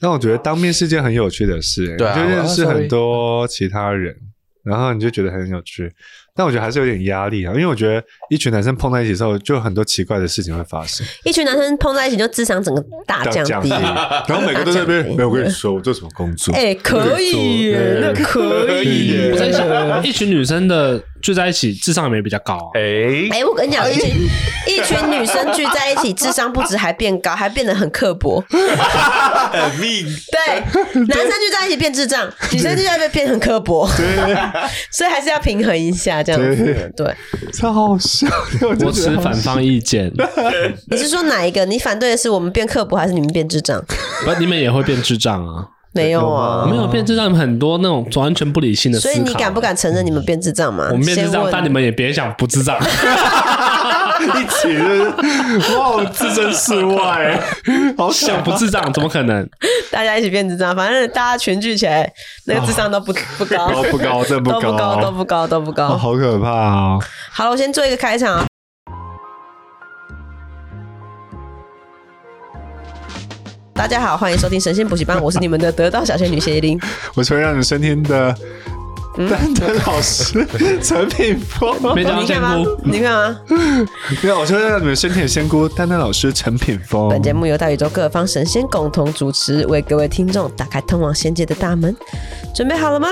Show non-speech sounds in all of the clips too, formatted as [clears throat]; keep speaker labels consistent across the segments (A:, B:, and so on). A: 但我觉得当面是件很有趣的事，
B: 对啊
A: 你就认识
B: 我
A: 很多其他人，然后你就觉得很有趣。但我觉得还是有点压力啊，因为我觉得一群男生碰在一起之后，就有很多奇怪的事情会发
C: [laughs]
A: 生。
C: 一群男生碰在一起就智商整个大降低。
A: 然
C: 后每个都在那边没有我跟你
A: 说，我做什么工作哎
C: 哎、可以耶，那可以
A: 可以耶 [laughs]
D: 我在
C: 耶。
D: 想，一群女生的聚在一起，智商有没有比较高啊？
B: 哎
C: 哎、我跟你讲，一群一群女生聚在一起，智商不止还变高，还变得很刻 [laughs] 薄。
B: 很命，
C: 对，男生聚在一起变智障，女生聚在一起变很刻薄， [laughs] 所以还是要平衡一下这样子。对，
A: 超好笑！ [laughs] 我就觉
D: 我持
A: 得好
D: 反方
A: [laughs]
D: 意见，
C: 你是说哪一个？你反对的是我们变刻薄，还是你们变智障？
D: 不，你们也会变智障啊？
C: 没有啊
D: 我，们有变智障，很多那种完全不理性的思
C: 所
D: 考。啊
C: 以你敢不？敢承认你们变智障吗？
D: 我们变智
C: 先
D: 障
C: 问，啊
D: 但你们也别想不
C: [laughs]
D: 智障。
A: 一起就是哇，我置身事外，好想
D: 想不智障怎么可能？
C: 大家一起变智障，反正大家群聚起来，那个智商都不不高，
A: 高哦不
C: [laughs]
A: 高？真不
C: 都不高，都不高，都不
A: 哦
C: 高。
A: 好可怕啊！
C: 好了，我先做一个开场啊。大家好，欢迎收听神仙补习班，我是你们的得道小仙女谢依琳。
A: 我成为让你升天的丹丹老师陈品峰，
D: 没讲到
C: 哦你
D: 仙
C: 看吗
D: 姑，？
C: 你看吗？
A: 没有，我成为让你们升天的仙姑丹丹老师陈品峰。
C: 本节目由大宇宙各方神仙共同主持，为各位听众打开通往仙界的大门。准备好了吗？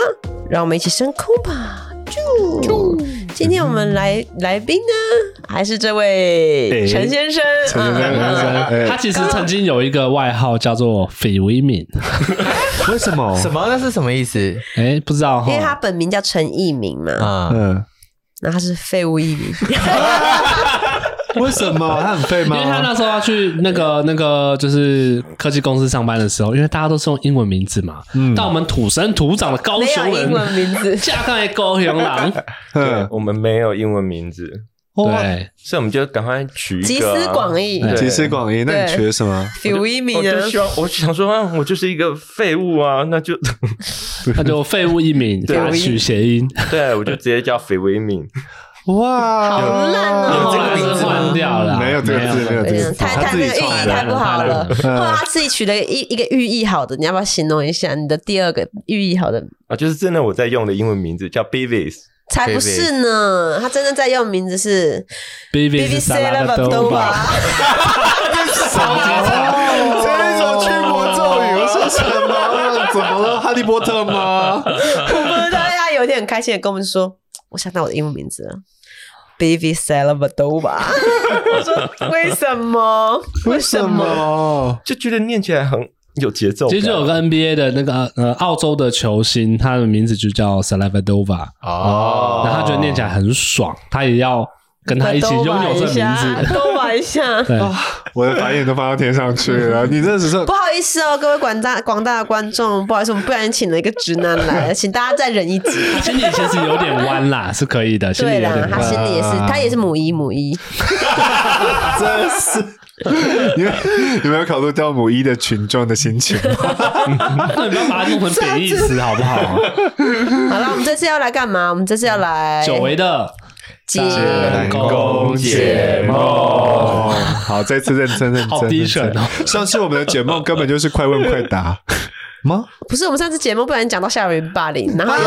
C: 让我们一起升空吧！啾！今天我们来来宾呢，还是这位
A: 哎
C: 陈先生。
A: 陈先生，陈先生
C: 嗯，
D: 他
A: 哎，
D: 其实曾经有一个外号叫做“绯闻敏
A: 为什么？
E: 哦
A: 嗯
B: 什么？那是什么意思？”，
D: 哎，不知道
C: 因为他
D: 哈。
C: 本名叫陈义明嘛，
B: 啊，
A: 嗯，
C: 那他是废物一名。
A: 为什么他很废
D: [laughs] 因为他
A: 吗？
D: 那时候要去那个那个就是科技公司上班的时候，因为大家都是用英文名字嘛，
A: 嗯
D: 但我们土生土长的高
C: 没
D: 雄
C: 有英文
D: 人，，
C: 名字
D: 架在高雄
A: [laughs]
D: 狼，
A: 嗯，
F: 我们没有英文名字，
D: 对，
F: 所以我们就赶快取一个、啊。
C: 集思广益
F: 对
A: 集思广益，那你
C: 对
A: 缺什么？
C: 废物一
F: 我
C: 名
F: 就
C: 呢
F: 希？望，我就想说，啊我就是一个废物啊，那就 [laughs]
D: 那就废物一名，
F: 对
D: 大取谐音。
F: 对啊我就直接叫肥维敏。
A: 哇，
C: 好烂
D: 后
C: [laughs] 哦！
D: 来是换掉了，
A: 没有这个字，没有这个
C: 嗯
A: 字，
C: 太
A: 他
C: 太
A: 自
C: 那
A: 己
C: 个寓
A: 创
C: 意
A: 的
C: 太不好了，或
D: 嗯
C: [laughs] 者他自己取了一一个寓意好的，你要不要形容一下你的第二个寓意好的？
F: 啊，就是真的我在用的英文名字叫 Beavis，
C: 才不是呢，他真的在用名字是
D: B B
C: BBC
D: C 萨拉
C: l
D: 的
C: o v
D: 都
C: e
D: 吧，
C: 吧？
A: 这是一种驱魔咒语，我说什么？怎么了？哈利波特吗？
C: [laughs] 我不知道他有点很开心的跟我们说，我想到我的英文名字了。Baby Salvadova，我 [laughs] 说为什么？
A: 为什么？
F: 就觉得念起来很有节奏感。
D: 其实就有个 NBA 的那个呃澳洲的球星，他的名字就叫 Salavadova，
B: 哦，
D: 然后他觉得念起来很爽，他也要跟他一起拥有这个名字。
C: 都玩一
D: [laughs]
C: 下。
D: 对，
A: 我的白眼都翻到天上去了，你这只是
C: 不好意思哦，各位广大广大的观众，不好意思，我们不小心请了一个直男来，请大家再忍一
D: [laughs]
C: 集。
D: 心里其实有点弯
C: [laughs]
D: 啦，是可以的，心里
C: 对
D: 有
C: 啦，
D: 点
C: 他
D: 弯。
C: 心里也是，他也是母一母一。
A: 真是。你们有没有考虑到母一的群众的心情？
D: 那你不要把它弄成贬义词好不好？
C: [laughs] 好了，我们这次要来干嘛？我们这次要来
D: 久违的
C: 解
D: 南宫
A: 解梦。哦好，这次认真认真。
D: 好低沉哦
A: 认真上次我们的解梦根本就是快问快答吗？
C: 不是我们上次节目不然讲到校园霸凌，然后有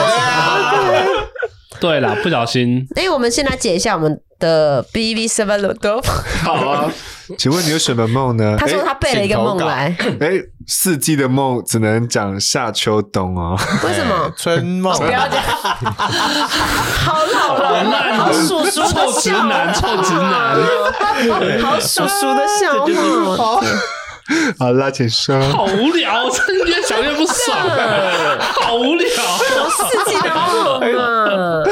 D: 对啦，不小心
C: 哎，我们先来解一下我们的 B B Seven l o d o
A: 好啊，请问你有什么梦呢？
C: 他说他背了一个梦来，
A: 哎，哎四季的梦只能讲夏秋冬哦。
C: 为什么？哦
B: 春梦，
C: 不要讲， [laughs] 好老了，好叔叔的
D: 臭直
C: 笑话
D: 男，臭直
C: [laughs]
D: 男，
C: 好叔叔的笑话。
A: 好啦，请说。
D: 好无聊，真的越想越不爽，好无聊，
C: 四季的梦啊嘛，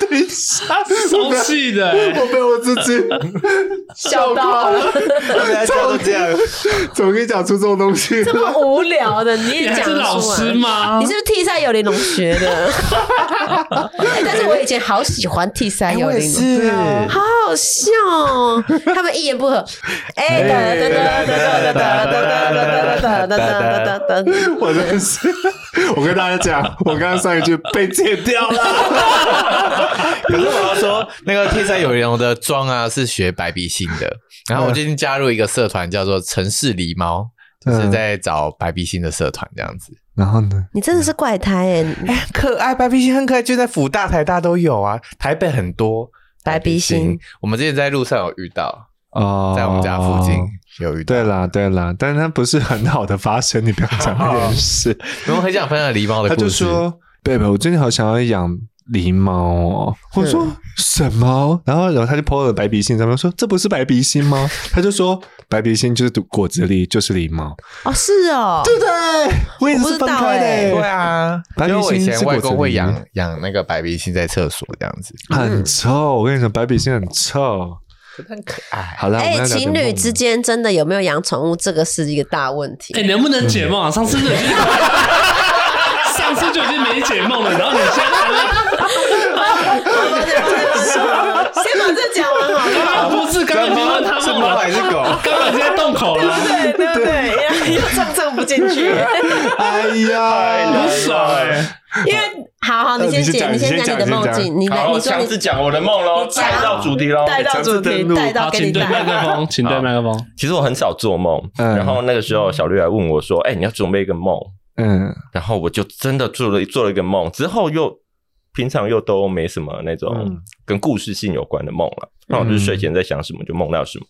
A: 等一下，
D: 超气的欸。
A: 我被我自 [laughs] 己
C: 笑到了，
B: 大家都这样，
A: 怎么可以讲出这种东西？
C: 这么无聊的你
D: 你
C: 也
D: 还
C: 讲
D: 是
C: 得
D: 老
C: 出
D: 师
C: 来？
D: 吗
C: 啊你？是不是替赛有玲珑学的？哎但是我以前好喜欢替
E: 哎
C: 赛有
B: 我也
C: 玲珑。
B: 是啊，
C: 好好笑哦！他们一言不合，哎，哒哒哒哒哒哒哒哒哒哒哒哒哒哒，
A: 我真是，我跟大家讲，我刚刚上一句被剪掉了。
B: 可是我要说，那个替身有容的妆啊，是学白鼻心的。然后我最近加入一个社团，叫做“城市狸猫”，
E: 就是在找白鼻星的社团这样子。
A: [laughs] 然后呢？
C: 你真的是怪胎哎、
E: 哎、很可爱，白鼻星很可爱，就在福大、台大都有啊，台北很多
C: 白鼻星
E: 我们之前在路上有遇到，
A: 哦，
E: 在我们家附近有遇到。
A: 对，啦，对啦，但是它不是很好的发生，你不要讲这件 [laughs] 事。
E: 然后很想分享狸猫的
A: 他
E: 故
A: 就
E: 事。
A: 说：“贝贝，我最近好想要养狸猫哦。”我说：“什么？”然后，然后他就 PO 了白鼻星，咱们说：“这不是白鼻星吗？”他就说：“白鼻星就是果子狸，就是狸猫，
C: 哦，是哦，
A: 对不对？”我也
C: 我不
A: 是
C: 知道
A: 分开的、
C: 欸
E: 对啊，
A: 白鼻
E: 因为我以
A: 星
E: 前
A: 是
E: 外
A: 果子
E: 公会
A: 狸
E: 养养那个白鼻星在厕所这样子，
A: 很臭。我跟你说，白鼻星很臭。
E: 很可爱。
A: 好了，我
C: 哎、
A: 们要聊
C: 情
A: 点
C: 侣
A: 梦
C: 之间真的有没有养宠物，这个是一个大问题。
D: 哎、能不能解梦啊？上次就已经， [laughs] 上次就已经没解梦了，然后你现在
C: 哎先把这讲完好了，
D: 还不是刚刚已经问他
E: 是
D: 梦
E: 猫
D: 了
E: 还，是狗？
D: 刚刚已经在洞口了，
C: 对对不对，又唱唱不进去，
A: [laughs] 哎呀，
D: 很爽哎、
C: 因为好好，你
A: 呃
C: 先
A: 你先
C: 讲，
A: 讲
C: 你先
A: 你先
C: 讲
A: 讲
C: 你的梦
A: 你先
C: 境，你来，
F: 好，
C: 你说
F: 强
C: 你
F: 子讲我的梦喽，
C: 你讲
F: 带到主题喽，
C: 带到主题，带到
D: 好，
C: 给你
D: 请对麦克
C: 带。
D: 风，请对麦克风。
F: 其实我很少做梦，
A: 嗯
F: 然后那个时候小绿来问我说：“哎、你要准备一个梦。
A: 嗯，”
F: 然后我就真的做了做了一个梦，之后又平常又都没什么那种
A: 嗯
F: 跟故事性有关的梦了。那我就是睡前在想什么就梦到什么。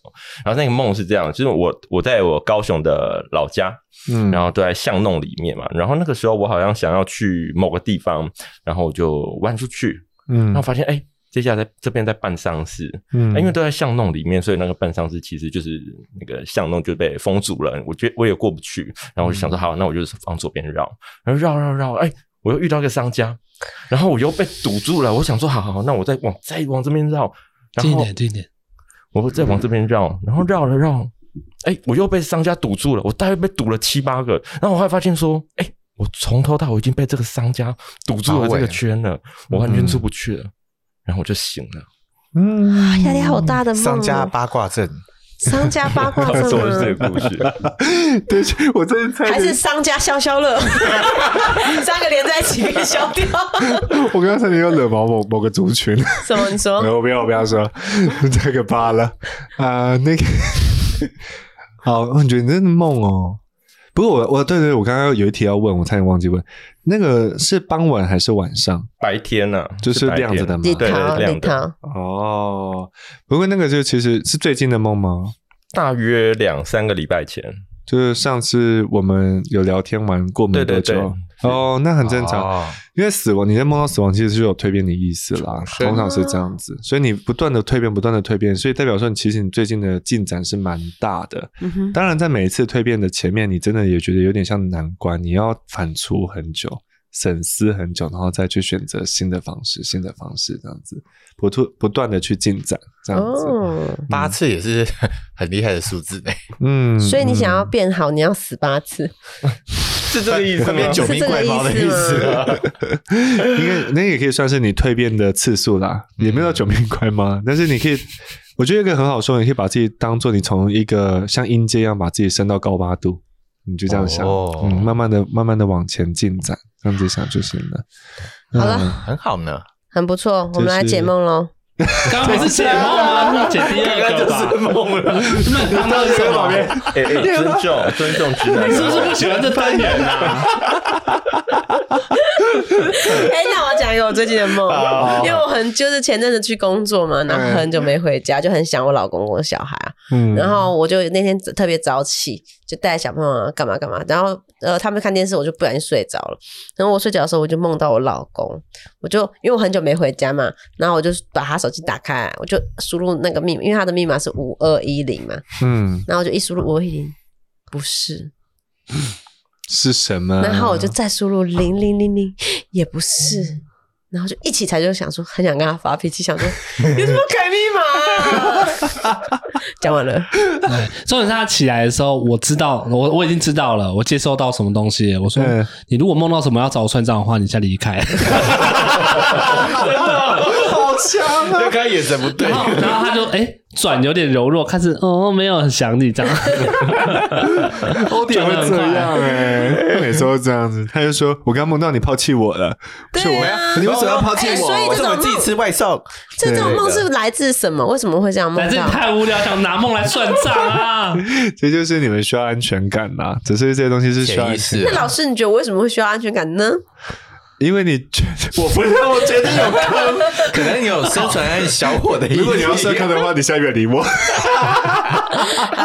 F: 然后那个梦是这样，就是我我在我高雄的老家，
A: 嗯，
F: 然后都在巷弄里面嘛。然后那个时候我好像想要去某个地方，然后我就弯出去，
A: 嗯
F: 然后发现哎、这下在这边在办丧事，
A: 嗯
F: 啊因为都在巷弄里面，所以那个办丧事其实就是那个巷弄就被封住了，我觉得我也过不去，然后我就
D: 嗯
F: 想说，好，那我就是往左边绕，然后绕绕绕，哎、我又遇到一个商家，然后我又被堵住了，我想说，好好好，那我再往再往这边绕，然
D: 近一
F: 后
D: 点，近一点。
F: 我再往这边绕，然后绕了绕，哎、我又被商家堵住了，我大概被堵了七八个，然后我还发现说，哎、我从头到尾已经被这个商家堵住了这个圈了，我完
D: 嗯
F: 全出不去了，然后我就醒了。
C: 啊
A: 嗯
C: 压力好大的梦哦，
E: 商家八卦阵，
C: 商家八卦
F: [laughs] [laughs] 他
C: 症
F: 说的是这
C: 吗？
F: 个故事，
A: [laughs] 对，我真
C: [laughs]
A: 的猜
C: 还是商家消消乐， [laughs] 三个连在一起被消掉。
A: 我刚才你又惹毛某某个族
F: [laughs]
A: 群。
C: 什么？你说
A: 没有，不要，不要说这个罢了。啊、那个好，我觉得你真的梦哦。不过我我对对，我刚刚有一题要问，我差点忘记问，那个是傍晚还是晚上？
F: 白天呢、啊，
A: 就是
F: 白天
A: 亮着的吗
C: 李
F: 对对
C: 桃，
F: 亮
C: 李
F: 的
C: 桃，
A: 哦，不过那个就其实是最近的梦吗？
F: 大约两三个礼拜前，
A: 就是上次我们有聊天完过没
F: 对
A: 多
F: 对
A: 久，
F: 对啊
A: 哦，那很正常，
E: 哦
A: 因为死亡，你在梦到死亡其实是有蜕变的意思啦，
E: 是
A: 通常是这样子，所以你不断的蜕变，不断的蜕变，所以代表说你其实你最近的进展是蛮大的，
C: 嗯哼，
A: 当然，在每一次蜕变的前面，你真的也觉得有点像难关，你要反刍很久，审思很久，然后再去选择新的方式、新的方式，这样子不断不断的去进展，这样子。
C: 哦，
E: 八次也是 [laughs] 很厉害的数字呢，
A: 嗯，
C: 所以你想要
A: 嗯
C: 变好，你要死八次，
F: 是这个意
E: 会变九
C: 是
E: 命
C: 这个
E: 怪猫的
C: 意
E: 意
C: 思
E: 思 [laughs]
C: 吗
E: 啊。
A: 应
C: [laughs]
A: 该那也可以算是你蜕变的次数啦，
C: 嗯
A: 也没有到九命关
C: [laughs]
A: 吗？但是你可以，我觉得一个很好说，你可以把自己当做你从一个像音阶一样把自己升到高八度，你就这样想，
E: 哦
A: 嗯，慢慢的、慢慢的往前进展，这样子想就行了。
C: 好了
A: 嗯
E: 很好呢。
C: 很不错。我们来解梦喽。
D: 刚刚不是解梦吗？那解第二个吧。
F: 梦了。
D: 那你刚刚是什啊么？
F: 哎哎，尊重
E: [laughs]
F: 尊重直男啊
D: 你，是不是不喜欢这单元啊？
C: [laughs] 哎，那我讲一个我最近的梦，因为我很就是前阵子去工作嘛，然后很久没回家，就很想我老公跟我小孩啊。
A: 嗯
C: 然后我就那天特别早起，就带小朋友啊干嘛干嘛。然后呃，他们看电视，我就不小心睡着了。然后我睡觉的时候，我就梦到我老公，我就因为我很久没回家嘛，然后我就把他手机打开，我就输入那个密码，因为他的密码是五二一零嘛，
A: 嗯，
C: 然后我就一输入五二一零，不是。
A: 是什么？
C: 然后我就再输入零零零零，也不是，然后就一起才就想说，很想跟他发脾气， [laughs] 想说你怎么改密码、啊？ [laughs] 讲完了，
D: 对，重点是他起来的时候，我知道，我我已经知道了，我接收到什么东西了。我说
A: 嗯，
D: 你如果梦到什么要找我算账的话，你先离 [laughs] 开。
A: 好强
E: [laughs]
A: 啊！
E: 刚刚眼神不对
D: 然，后，然后他就哎转有点柔弱，开 [laughs] 始哦没有很想你这样。
A: 欧弟
D: 转
A: 会
D: 得很
A: 这
D: 快
A: 样哎、欸，每每次都这样子。他就说：“我刚梦到你抛弃我了，
C: 对
A: 是我要
C: 啊
A: 你为什么要抛弃
C: 哎所以
A: 我？
C: 这
E: 为什
C: 种
E: 么自己
C: 梦
E: 吃外送？
C: 这种梦是来自什么？为什么会这样梦
D: 反正
C: 到
D: 你？太无聊，想拿梦来算账啊！
A: 这就是你们需要安全感呐、只是这些东西是需要
E: 潜意
A: 安全，
E: 识啊
C: 那老师，你觉得我为什么会需要安全感呢？
A: 因为你觉得 [laughs]
E: 我不知道，我觉得有坑，可能有生存暗小伙的意思。
A: 如果 [laughs] 你要社科的话，你现在远离我。
C: 好啦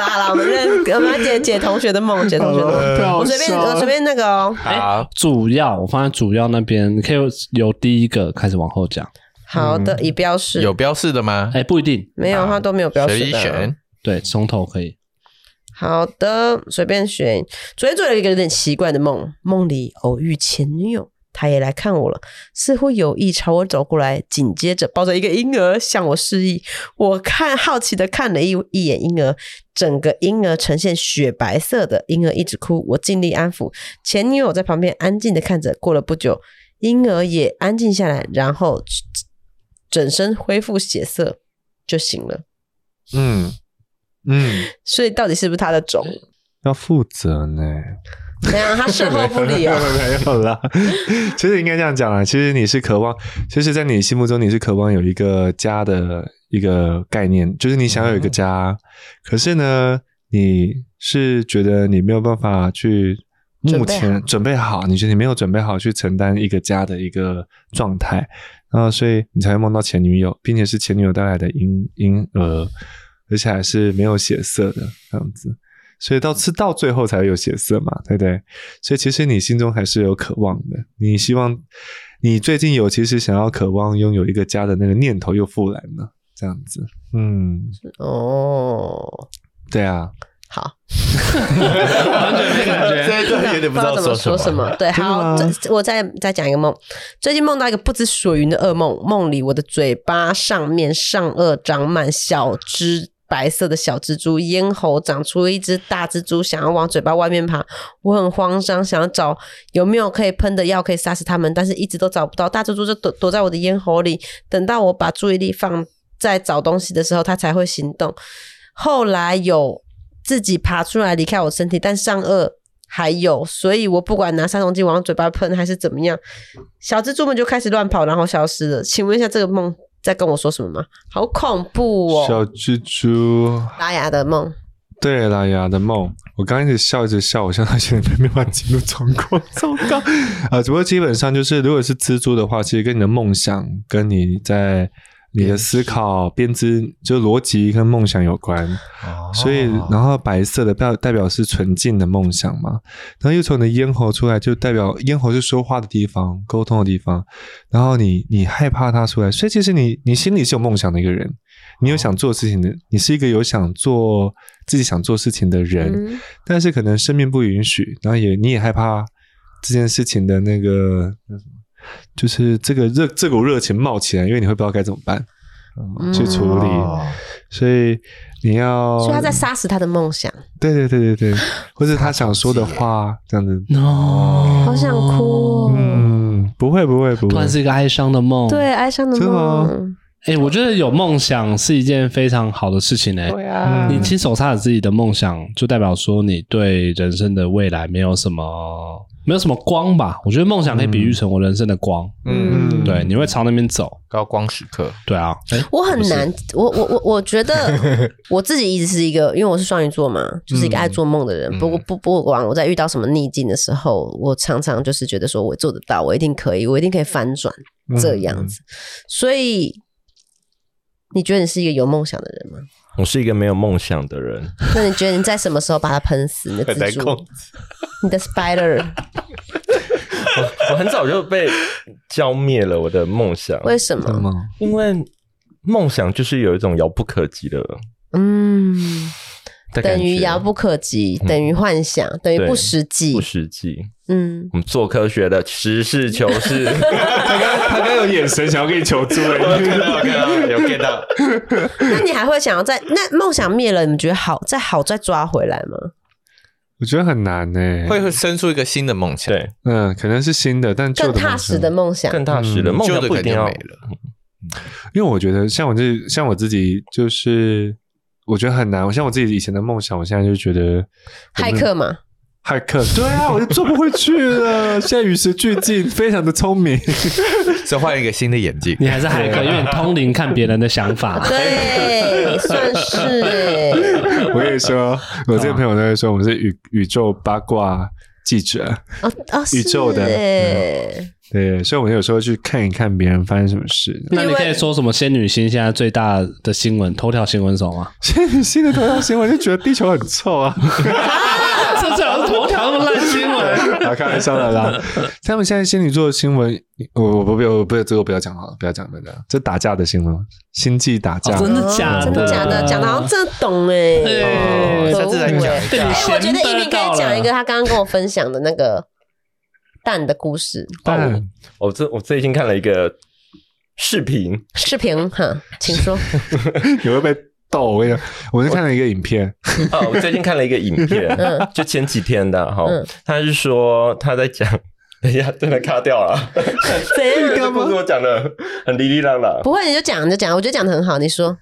C: 好啦，我们认，我们来解解同学的梦，解同学的梦。
A: 我
C: 我随便，我随便那个哦。
E: 好，
D: [laughs] 主要我放在主要那边，你可以由第一个开始往后讲。
C: 好的，已标示
E: 有标示的吗？
D: 哎，不一定，
C: 没有？他都没有标
E: 随
C: 示
E: 意
C: 的。
E: 选。
D: 对，从头可以。
C: 好的，随便选。昨天做了一个有点奇怪的梦，梦里偶遇前女友，她也来看我了，似乎有意朝我走过来，紧接着抱着一个婴儿向我示意。我看好奇的看了一一眼婴儿，整个婴儿呈现雪白色的，婴儿一直哭，我尽力安抚。前女友在旁边安静的看着。过了不久，婴儿也安静下来，然后整身恢复血色，就醒了。
A: 嗯嗯，
C: 所以到底是不是他的种？
A: 要负责呢。
C: 怎
A: [laughs]
C: 样？他售后不理哦。
A: 没有啦。其实应该这样讲啊啦，其实你是渴望，其实，在你心目中你是渴望有一个家的一个概念，就是你想要有一个家，可是呢，你是觉得你没有办法去。目前准备好，你觉得你没有准备好去承担一个家的一个状态，然后所以你才会梦到前女友，并且是前女友带来的婴婴儿，而且还是没有血色的这样子，所以到吃到最后才会有血色嘛，对不对？所以其实你心中还是有渴望的，你希望你最近有其实想要渴望拥有一个家的那个念头又复燃了，这样子，嗯，
C: 哦，
A: 对啊，
C: 好，
E: 这个有点不知道
C: 怎么
E: 说
C: 什
E: 什
C: 么。对，好，
A: 真的吗
C: 这我再再讲一个梦。最近梦到一个不知所云的噩梦，梦里我的嘴巴上面上颚长满小只白色的小蜘蛛，咽喉长出一只大蜘蛛，想要往嘴巴外面爬。我很慌张，想要找有没有可以喷的药可以杀死它们，但是一直都找不到。大蜘蛛就躲躲在我的咽喉里，等到我把注意力放在找东西的时候，它才会行动。后来有自己爬出来离开我身体，但上颚还有，所以我不管拿杀虫剂往嘴巴喷还是怎么样，小蜘蛛们就开始乱跑，然后消失了。请问一下，这个梦在跟我说什么吗？好恐怖哦！
A: 小蜘蛛，
C: 拉牙的梦，
A: 对啦呀的梦，我刚一直笑一直笑，我笑到现在没办法进入状况， [laughs] 糟糕啊！只不过基本上就是，如果是蜘蛛的话，其实跟你的梦想，跟你在你的思考编织，就逻辑跟梦想有关。
C: 哦
A: 所以，然后白色的代代表是纯净的梦想嘛，然后又从你的咽喉出来，就代表咽喉是说话的地方、沟通的地方。然后你你害怕它出来，所以其实你你心里是有梦想的一个人，你有想做事情的，你是一个有想做自己想做事情的人，
C: 嗯，
A: 但是可能生命不允许，然后也你也害怕这件事情的那个，那什么就是这个热这股热情冒起来，因为你会不知道该怎么办。嗯去处理，
E: 哦
A: 所以你要，
C: 所以他在杀死他的梦想，
A: 对对对对
D: [laughs]
A: 对，或者他想说的话，这样子。
D: No，
C: 好想哭哦。
A: 嗯，不会不会不
D: 突
A: 会
D: 然，是一个哀伤的梦。
C: 对，，哀伤的
A: 真的
C: 梦
A: 吗，
D: 哎、我觉得有梦想是一件非常好的事情呢、
E: 对
A: 嗯
E: 啊，
D: 你亲手杀了自己的梦想，就代表说你对人生的未来没有什么没有什么光吧？我觉得梦想可以比喻成我人生的光，
E: 嗯，
A: 嗯
D: 对，你会朝那边走。
E: 高光时刻，
D: 对啊，哎、
C: 我很难，我我我我觉
F: [laughs]
C: 得我自己一直是一个，因为我是双鱼座嘛，就是一个
F: 嗯
C: 爱做梦的人。不过不不管我在遇到什么逆境的时候，我常常就是觉得说我做得到，我一定可以，我一定可以翻转
F: 嗯
C: 这样子。所以你觉得你是一个有梦想的人吗？
F: 我是一个没有梦想的人，
C: 那你觉得你在什么时候把它喷死？你的
E: 很难
C: 蜘蛛
E: 控，
C: [laughs] 你的
F: [laughs]
C: spider
F: 我很早就被浇灭了我的梦想，
C: 为什么？
A: 吗？
F: 因为梦想就是有一种遥不可及的
C: 嗯，
F: 的感
C: 等于
F: 觉嗯
C: 遥不可及，等于幻想，等于
F: 对
C: 不实际
F: 不。实际。
C: 嗯，
F: 我们做科学的，实事求
C: [laughs]
F: 是。
A: 他刚他刚有眼神想要跟你求助哎，
F: 有 get 到，
C: 那你还会想要再那梦想灭了，你们觉得好再好再抓回来吗？
A: [laughs] 我觉得很难呢。
E: 会会生出一个新的梦想，
F: 对，
A: 嗯，可能是新的，但旧
C: 更
A: 的
C: 踏
A: 梦
C: 实
A: 想
C: 的梦想，
F: 更踏实的
E: 嗯
F: 梦
E: 旧
F: 想
E: 的
F: 不
E: 可
F: 一
E: 能
F: 定
E: 就
F: 要
E: 没了。
A: 因为我觉得像我自像我自己，就是我觉得很难。像我自己以前的梦想，我现在就觉得
C: 骇客嘛，
A: 骇客， [laughs] 对啊，我就坐不回去了。 [laughs] 现在与时俱进，非常的聪 [laughs] 明。
E: 所以换一个新的眼镜。
D: 你还是还可以，因为你通灵看别人的
C: [laughs]
D: 想法。 [laughs]
C: 对，算是哎。
A: 我跟你说，我这个朋友都会说我们是宇宇宙八卦记者，
C: 哦哦，
A: 宇宙的
C: 是哎
A: 对，所以我们有时候去看一看别人发生什么事。
D: 那你可以说什么仙女星现在最大的新闻头条新闻是什么吗？
A: 现在新的头条新闻就觉得地球很臭啊，
D: [laughs] 这最好是头条那么烂新
E: [laughs]
D: 闻。
A: 啊，开玩笑的啦。他们现在仙女座的新闻，我我不我不这个不要讲好了，不要讲不要讲，这打架的新闻，星际打架，
D: 哦真的假的
C: 真的假的？讲的好像真的懂哎。
D: 对
E: 下次再
C: 可恶哎
E: 讲一
D: 对
E: 个
D: 你
C: 哎，我觉得一
D: 闲得
C: 鸣可以
D: 到
C: 讲
D: 了
C: 一个他刚刚跟我分享的那个蛋的故事
A: 但
F: 我哦这我最近看了一个视频，
C: 视频哈，请说。
A: 你会被逗。我跟你讲，我就看了一个影片，
F: 哦，我最近看了一个影片
C: 嗯，
F: [laughs] 就前几天的哈
C: 嗯，
F: [laughs] 他是说他在讲， [laughs] 等一下真的卡掉
C: [laughs]
F: 了，
C: 怎样？
F: 这个 [laughs] 故事我讲的很哩哩啦啦。
C: 不会，你就讲，你就讲，我觉得讲的很好。你说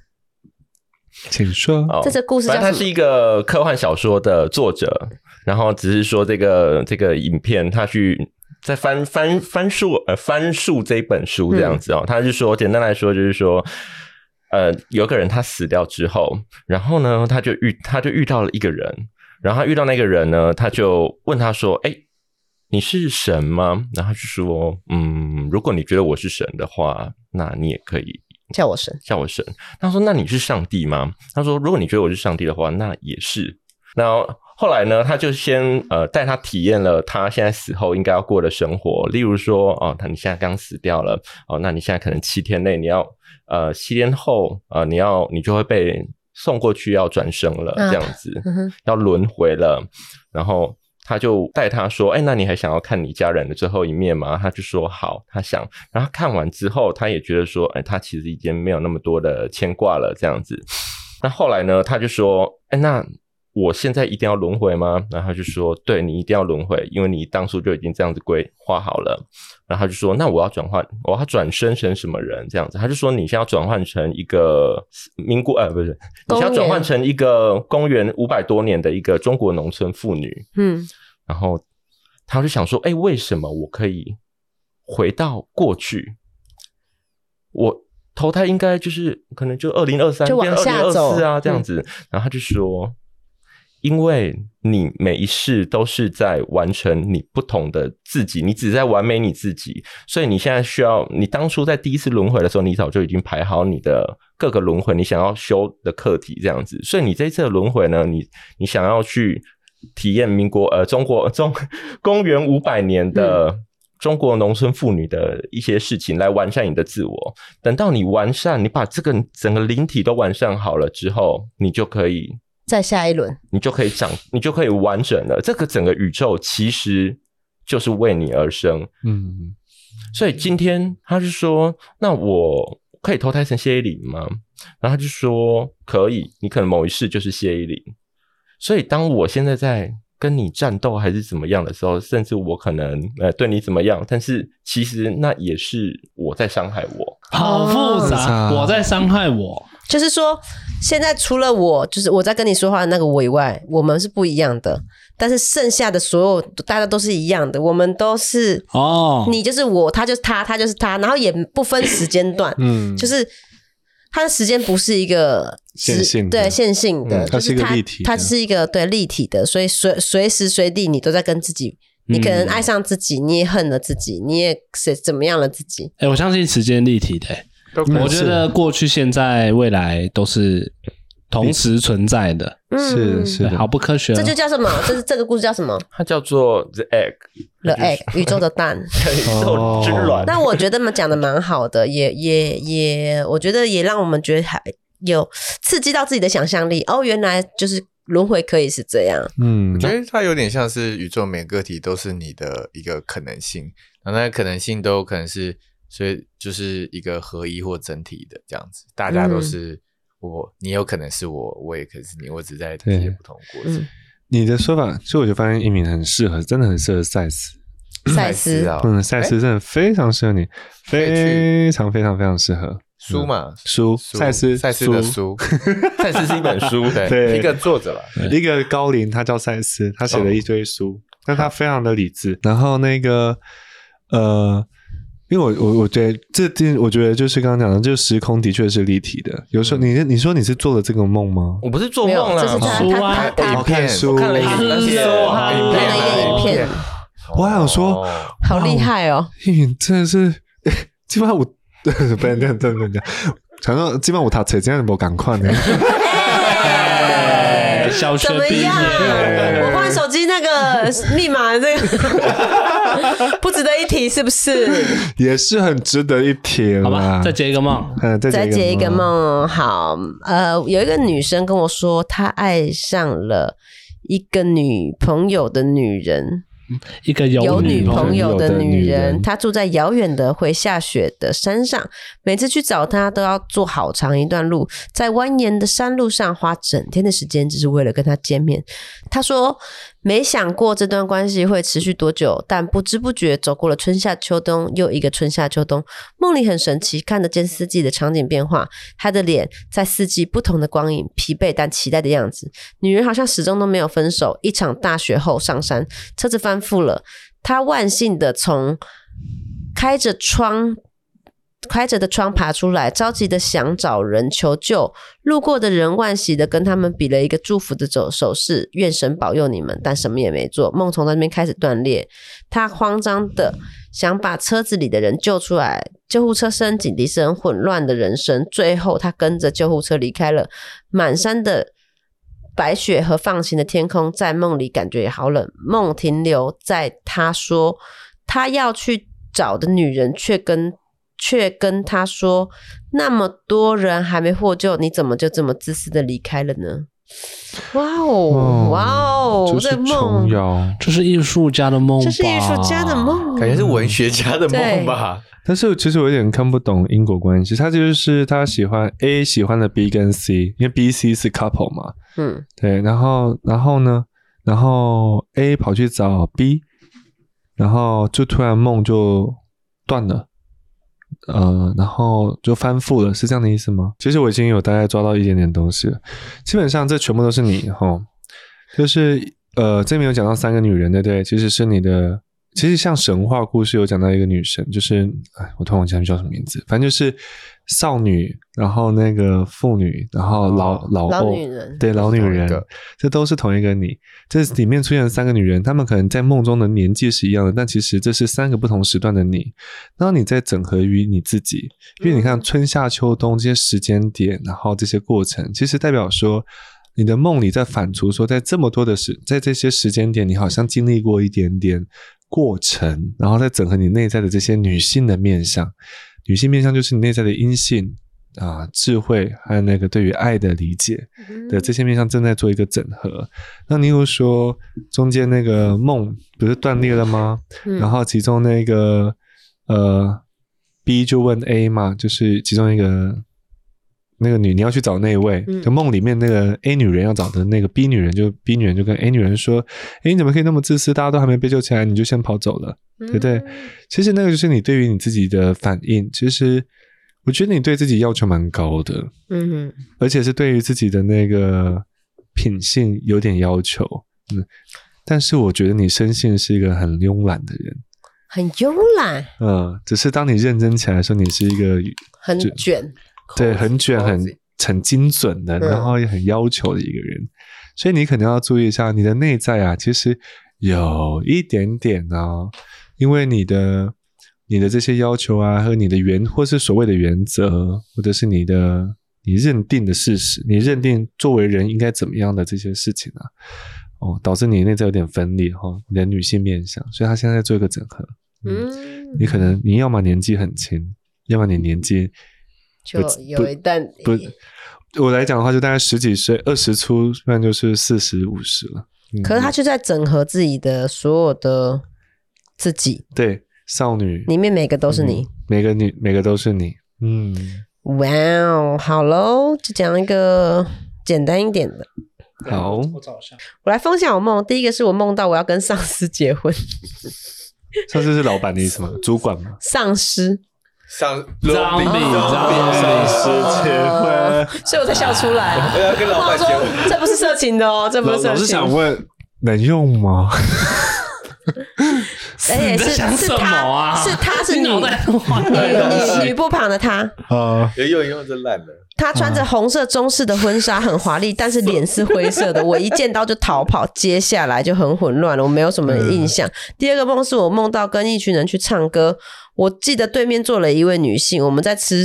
A: 请说。
F: 哦
C: 这这故事
F: 反
C: 叫
F: 正它
C: 什
F: 是
C: 么？
F: 一个科幻小说的作者，然后只是说这个这个影片他去。在翻翻翻述呃翻述这一本书这样子
C: 嗯
F: 哦，他是说简单来说就是说，呃，有个人他死掉之后，然后呢他就遇他就遇到了一个人，然后他遇到那个人呢，他就问他说：“哎、你是神吗？”然后他就说：“嗯，如果你觉得我是神的话，那你也可以
C: 叫我神。
F: 叫我神。他说：“那你是上帝吗？”他说：“如果你觉得我是上帝的话，那也是。”那后来呢，他就先呃带他体验了他现在死后应该要过的生活，例如说哦，他你现在刚死掉了哦，那你现在可能七天内你要呃七天后呃你要你就会被送过去要转生了、
C: 啊
F: 这样子，
C: 嗯哼
F: 要轮回了，然后。他就带他说：“哎、那你还想要看你家人的最后一面吗？”他就说：“好，他想。”然后看完之后，他也觉得说：“哎、他其实已经没有那么多的牵挂了。”这样子。那后来呢，他就说：“哎、那我现在一定要轮回吗？”然后他就说：“对你一定要轮回，因为你当初就已经这样子规划好了。”然后他就说：“那我要转换，我要转生成什么人？”这样子，他就说：“你现在要转换成一个民国，呃，不是，你现在要转换成一个公元五百多年的一个中国农村妇女。”
C: 嗯，
F: 然后他就想说：“哎、为什么我可以回到过去？我投胎应该就是可能就二零二三
C: 就
F: 变
C: 往
F: 二零
C: 下
F: 二
C: 走嗯
F: 四啊这样子。然后他就说：“因为你每一世都是在完成你不同的自己，你只在完美你自己，所以你现在需要，你当初在第一次轮回的时候，你早就已经排好你的各个轮回你想要修的课题，这样子。所以你这一次的轮回呢，你你想要去体验民国呃中国 [laughs] 中公元五百年的中国农村妇女的一些事情，来完善你的自我。等到你完善，你把这个整个灵体都完善好了之后，你就可以
C: 再下一轮，
F: 你就可以长，你就可以完整了。这个整个宇宙其实就是为你而生。
A: 嗯，
F: 所以今天他就说：“那我可以投胎成谢依霖吗？”然后他就说：“可以，你可能某一世就是谢依霖。”所以当我现在在跟你战斗还是怎么样的时候，甚至我可能呃对你怎么样，但是其实那也是我在伤害我。
D: 好复杂，我在伤害我。
C: 就是说，现在除了我，就是我在跟你说话的那个我以外，我们是不一样的。但是剩下的所有，大家都是一样的，我们都是，
D: 哦，
C: 你就是我，他就是他，他就是他，然后也不分时间段，
A: 嗯
C: 就是它的时间不是一个
A: 线
C: 时
A: 性的
C: 对线性的，
F: 嗯
C: 就
A: 它是一个
C: 它
A: 立体的
C: 它是一个对立体的，所以随随时随地你都在跟自己，你可能爱上自己，你也恨了自己，你也谁怎么样了自己，
D: 哎、我相信时间立体的、欸
A: 嗯
D: 我觉得过去、现在、未来都是同时存在的，
A: 是
C: 嗯，
A: 是啊
D: 对
A: 的
D: 好，不科学哦。
C: 这就叫什么？这是这个故事叫什么
F: 它叫做 The Egg，
C: ？The [laughs] Egg 宇宙的蛋。
F: 宇宙之
C: [laughs]
F: 卵。
C: 那我觉得嘛讲的蛮好的，也也也，我觉得也让我们觉得还有刺激到自己的想象力。哦，原来就是轮回可以是这样。
A: 嗯
E: 我觉得它有点像是宇宙每个个体都是你的一个可能性，然后那个可能性都有可能是，所以就是一个合一或整体的这样子，大家都是我，你有可能是我，我也可能是你，我只在这些
A: 对
E: 不同的过程
C: 嗯。
A: 你的说法，所以我就发现一鸣很适合，真的很适合赛斯。
C: 嗯赛斯
E: 啊，
A: 嗯，赛斯真的非常适合你，
E: 可以去
A: 非常非常非常适合。
E: 书嘛，
A: 书赛斯
E: 赛斯的
A: 书
E: 书， [laughs]
F: 赛斯是一本 [laughs] 书，
A: 对
E: 对，一个作者了，
A: 一个高龄，他叫赛斯，他写了一堆书，但他非常的理智。然后那个呃，因为我我我觉得这件，我觉得就是刚刚讲的，就时空的确是立体的。有时候你你说你是做了这个梦吗？
F: 我不是做
C: 没有
F: 梦，
C: 这是
F: 啦，
C: 他
D: 书啊
C: 他他
A: 我
C: 他
A: 看
E: 片
A: 书，
E: 我看了一
D: 影
E: 个
D: 片
C: 看了一个影片，
A: 我还想说，
C: 好厉害哦！
A: 你真的是，基本上我不能这样，不能这样。常说基本上我读册这样无赶快呢，
D: [laughs] 哎小学
C: 怎么
D: 毕业
C: 样？，我换手机那个密码，这个 [laughs] 不值得一提，是不是？
A: 也是很值得一提
D: 好吧，
A: 啦。
D: 再接一个梦。
A: 嗯，
C: 再
A: 再
C: 解一个，梦，好，呃，有一个女生跟我说，她爱上了一个女朋友的女人，
D: 一个
C: 有
D: 女
C: 女朋
D: 友
C: 友
A: 的
C: 的
A: 女
C: 女
A: 人
C: 人，她住在遥远的会下雪的山上，每次去找她都要坐好长一段路，在蜿蜒的山路上花整天的时间，只是为了跟她见面。她说没想过这段关系会持续多久，但不知不觉走过了春夏秋冬，又一个春夏秋冬。梦里很神奇，看得见四季的场景变化，她的脸在四季不同的光影，疲惫但期待的样子。女人好像始终都没有分手。一场大雪后上山，车子翻覆了，她万幸的从开着窗。开着的窗爬出来，着急的想找人求救。路过的人惋惜的跟他们比了一个祝福的手手势，愿神保佑你们，但什么也没做。梦从那边开始断裂，他慌张的想把车子里的人救出来，救护车声、警笛声、混乱的人声，最后他跟着救护车离开了。满山的白雪和放晴的天空，在梦里感觉也好冷。梦停留在他说他要去找的女人，却跟却跟他说，那么多人还没获救，你怎么就这么自私的离开了呢？哇哦，哇哦，这个梦。
A: 梦。
D: 这是艺术家的梦吧，
C: 这是艺术家的梦，啊
E: 感觉是文学家的梦吧？
A: 但是其实我有点看不懂因果关系，他就是他喜欢 A 喜欢的 B 跟 C，因为 B、C 是 couple 嘛，
C: 嗯，
A: 对，然后然后呢，然后 A 跑去找 B，然后就突然梦就断了，呃，然后就翻覆了，是这样的意思吗？其实我已经有大概抓到一点点东西了，基本上这全部都是你哈，就是呃，这里面有讲到三个女人，对不对？其实是你的。其实像神话故事有讲到一个女神，就是哎，我突然忘记她叫什么名字，反正就是少女，然后那个妇女，然后老、老
C: 老
A: 欧
C: 女人
A: 对老女
E: 同一
A: 人
E: 个，
A: 这都是同一个你。这里面出现的三个女人，她们可能在梦中的年纪是一样的，但其实这是三个不同时段的你。然后你再整合于你自己，因为你看春夏秋冬这些时间点，然后这些过程，其实代表说你的梦里在反刍说，在这么多的时，在这些时间点，你好像经历过一点点过程，然后再整合你内在的这些女性的面相。女性面相就是你内在的阴性啊、智慧，还有那个对于爱的理解
C: 嗯
A: 的这些面相正在做一个整合。那你又说中间那个梦不是断裂了吗？
C: 嗯
A: 然后其中那个呃 B 就问 A 嘛，就是其中一个那个女你要去找那一位，
C: 嗯
A: 就梦里面那个 A 女人要找的那个 B 女人，就 B 女人就跟 A 女人说：“哎，你怎么可以那么自私？大家都还没被救起来，你就先跑走了，
C: 嗯
A: 对不对？”其实那个就是你对于你自己的反应。其实我觉得你对自己要求蛮高的，
C: 嗯哼，
A: 而且是对于自己的那个品性有点要求，嗯。但是我觉得你生性是一个很慵懒的人，
C: 很慵懒，
A: 嗯，只是当你认真起来的时候，你是一个
C: 很
A: 就
C: 卷，
A: 对很卷、很很精准的，
C: 嗯
A: 然后也很要求的一个人，所以你可能要注意一下你的内在啊，其实有一点点哦，因为你的你的这些要求啊，和你的原或是所谓的原则，或者是你的你认定的事实，你认定作为人应该怎么样的这些事情啊。哦，导致你内在有点分裂哈、哦，你的女性面相，所以他现在在做一个整合。嗯
C: 嗯，
A: 你可能你要么年纪很轻，要么你年纪
C: 就有一段
A: 不，嗯我来讲的话就大概十几岁，二十出，不然就是四十五十了。嗯
C: 可是他却在整合自己的所有的自己，
A: 对少女
C: 里面每个都是你
A: 嗯。每个女每个都是你，嗯，
C: 哇哦，好喽，就讲一个简单一点的。
A: 好，
C: 我来分享我梦，第一个是我梦到我要跟上司结婚， [laughs]
A: 上次是老板的意思吗？主管吗？
C: 上司
E: 上
D: 张
E: 罗
D: 敏，
E: 宾
D: 张敏摄影师结婚。
C: 呃所以我才笑出来。
A: 哎
E: 我要跟老
C: 我
E: 板结
C: 想
E: 婚。
C: 说这不是色情的哦，这不
A: 老
C: 是色
A: 老是
C: 情。
A: 想问，能用吗？
C: 而且
D: 你在
C: 哎是
D: 想
C: 是
D: 什
C: 他
D: 么啊
C: 是他是
D: 你
C: 女
D: 脑袋都坏
C: 女女女部旁的他，
A: 啊，
E: 有用用就烂了，
C: 他穿着红色中式的婚纱，很华丽，但是脸是灰色的。我一见到就逃跑，接下来就很混乱了，我没有什么印象。第二个梦是我梦到跟一群人去唱歌，我记得对面坐了一位女性，我们在吃。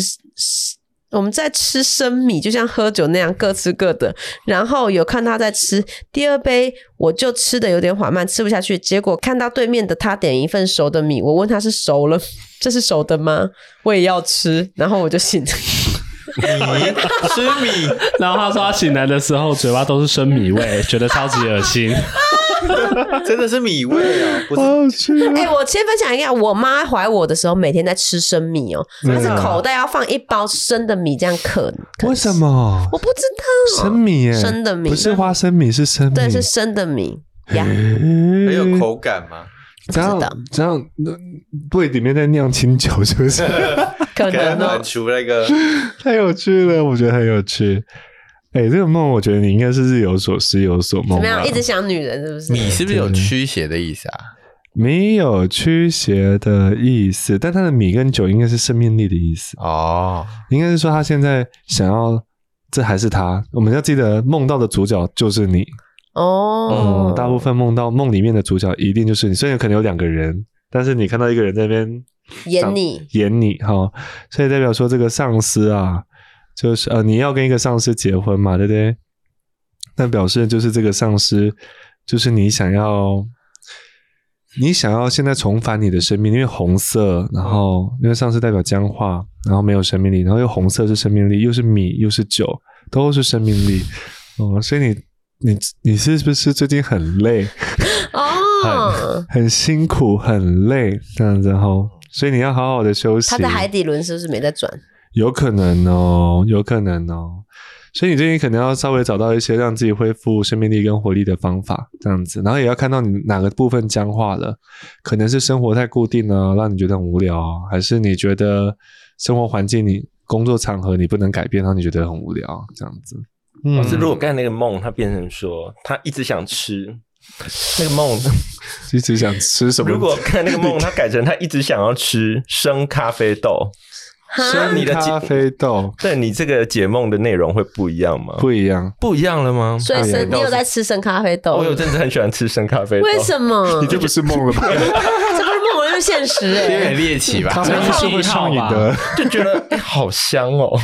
C: 我们在吃生米，就像喝酒那样各吃各的。然后有看她在吃第二杯，我就吃的有点缓慢，吃不下去。结果看到对面的她点一份熟的米，我问她是熟了，这是熟的吗？我也要吃，然后我就醒了。
E: 吃米
D: 然后他说他醒来的时候嘴巴都是生米味，觉得超级恶心。
E: 真的是米味啊，
C: 嗯
E: 不是
A: 好吃啊。[laughs]
C: [laughs] 哎、我先分享一下，我妈怀我的时候，每天在吃生米哦、
A: 嗯
C: 她是口袋要放一包生的米这样啃。啃
A: 为什？么？
C: 我不知道。
A: 生米耶，
C: 生的米
A: 不是花生米，是生米。哎
C: 对，是生
A: [laughs]
C: 的米呀。
A: 没
E: 很有口感吗？
A: 这样
C: 不知道
A: 这样，那胃里面在酿清酒，是不是？
C: 可
E: 给它
C: 能哦
E: 满、除那个
A: 太有趣了，我觉得很有趣。哎、这个梦，我觉得你应该是日有所思，夜有所梦
C: 怎
A: 啊。
C: 么样？一直想女人是不是？
E: 米是不是有驱邪的意思啊？
A: 没有驱邪的意思，但它的米跟酒应该是生命力的意思。啊
C: 嗯
E: 哦，
A: 应该是说他现在想要，这还是他。我们要记得，梦到的主角就是你。
C: 哦、
A: 嗯，大部分梦到梦里面的主角一定就是你，虽然可能有两个人，但是你看到一个人在那边
C: 演你
A: 演你哈、所以代表说这个上司啊，就是呃你要跟一个上司结婚嘛，对不对？那表示就是这个上司，就是你想要，你想要现在重返你的生命，因为红色，然后
C: 嗯
A: 因为上司代表僵化，然后没有生命力，然后又红色是生命力，又是米又是酒，都是生命力哦，所以你。你你是不是最近很累？
C: 哦。
A: 很辛苦，很累，这样子吼，所以你要好好的休息。
C: 她在海底轮是不是没在转？
A: 有可能哦，有可能哦。所以你最近可能要稍微找到一些让自己恢复生命力跟活力的方法，这样子，然后也要看到你哪个部分僵化了，可能是生活太固定了，让你觉得很无聊啊，还是你觉得生活环境、你工作场合你不能改变，让你觉得很无聊，这样子。嗯
F: 可是如果刚才那个梦，它变成说他一直想吃那个梦，
A: 一直想吃什么？
F: [laughs] 如果看那个梦，他改成他一直想要吃生咖啡豆， [laughs]
C: 哈，
F: 你的解
A: [laughs] 咖啡豆
F: 对你这个解梦的内容会不一样吗？
A: 不一 [laughs] 样，
F: 不一样了吗？
C: 所以
A: 哎呀
C: 生你有在吃生咖啡豆？
F: 哦我有阵子很喜欢吃生咖啡豆，
C: 为
A: [laughs]
C: 什么？
A: 这不是梦了吧？
C: 这不是梦，这是
A: [laughs]
C: 现实哎、
E: 有点猎奇吧？
A: 咖啡豆是会上瘾的，
F: 就觉得哎好香哦？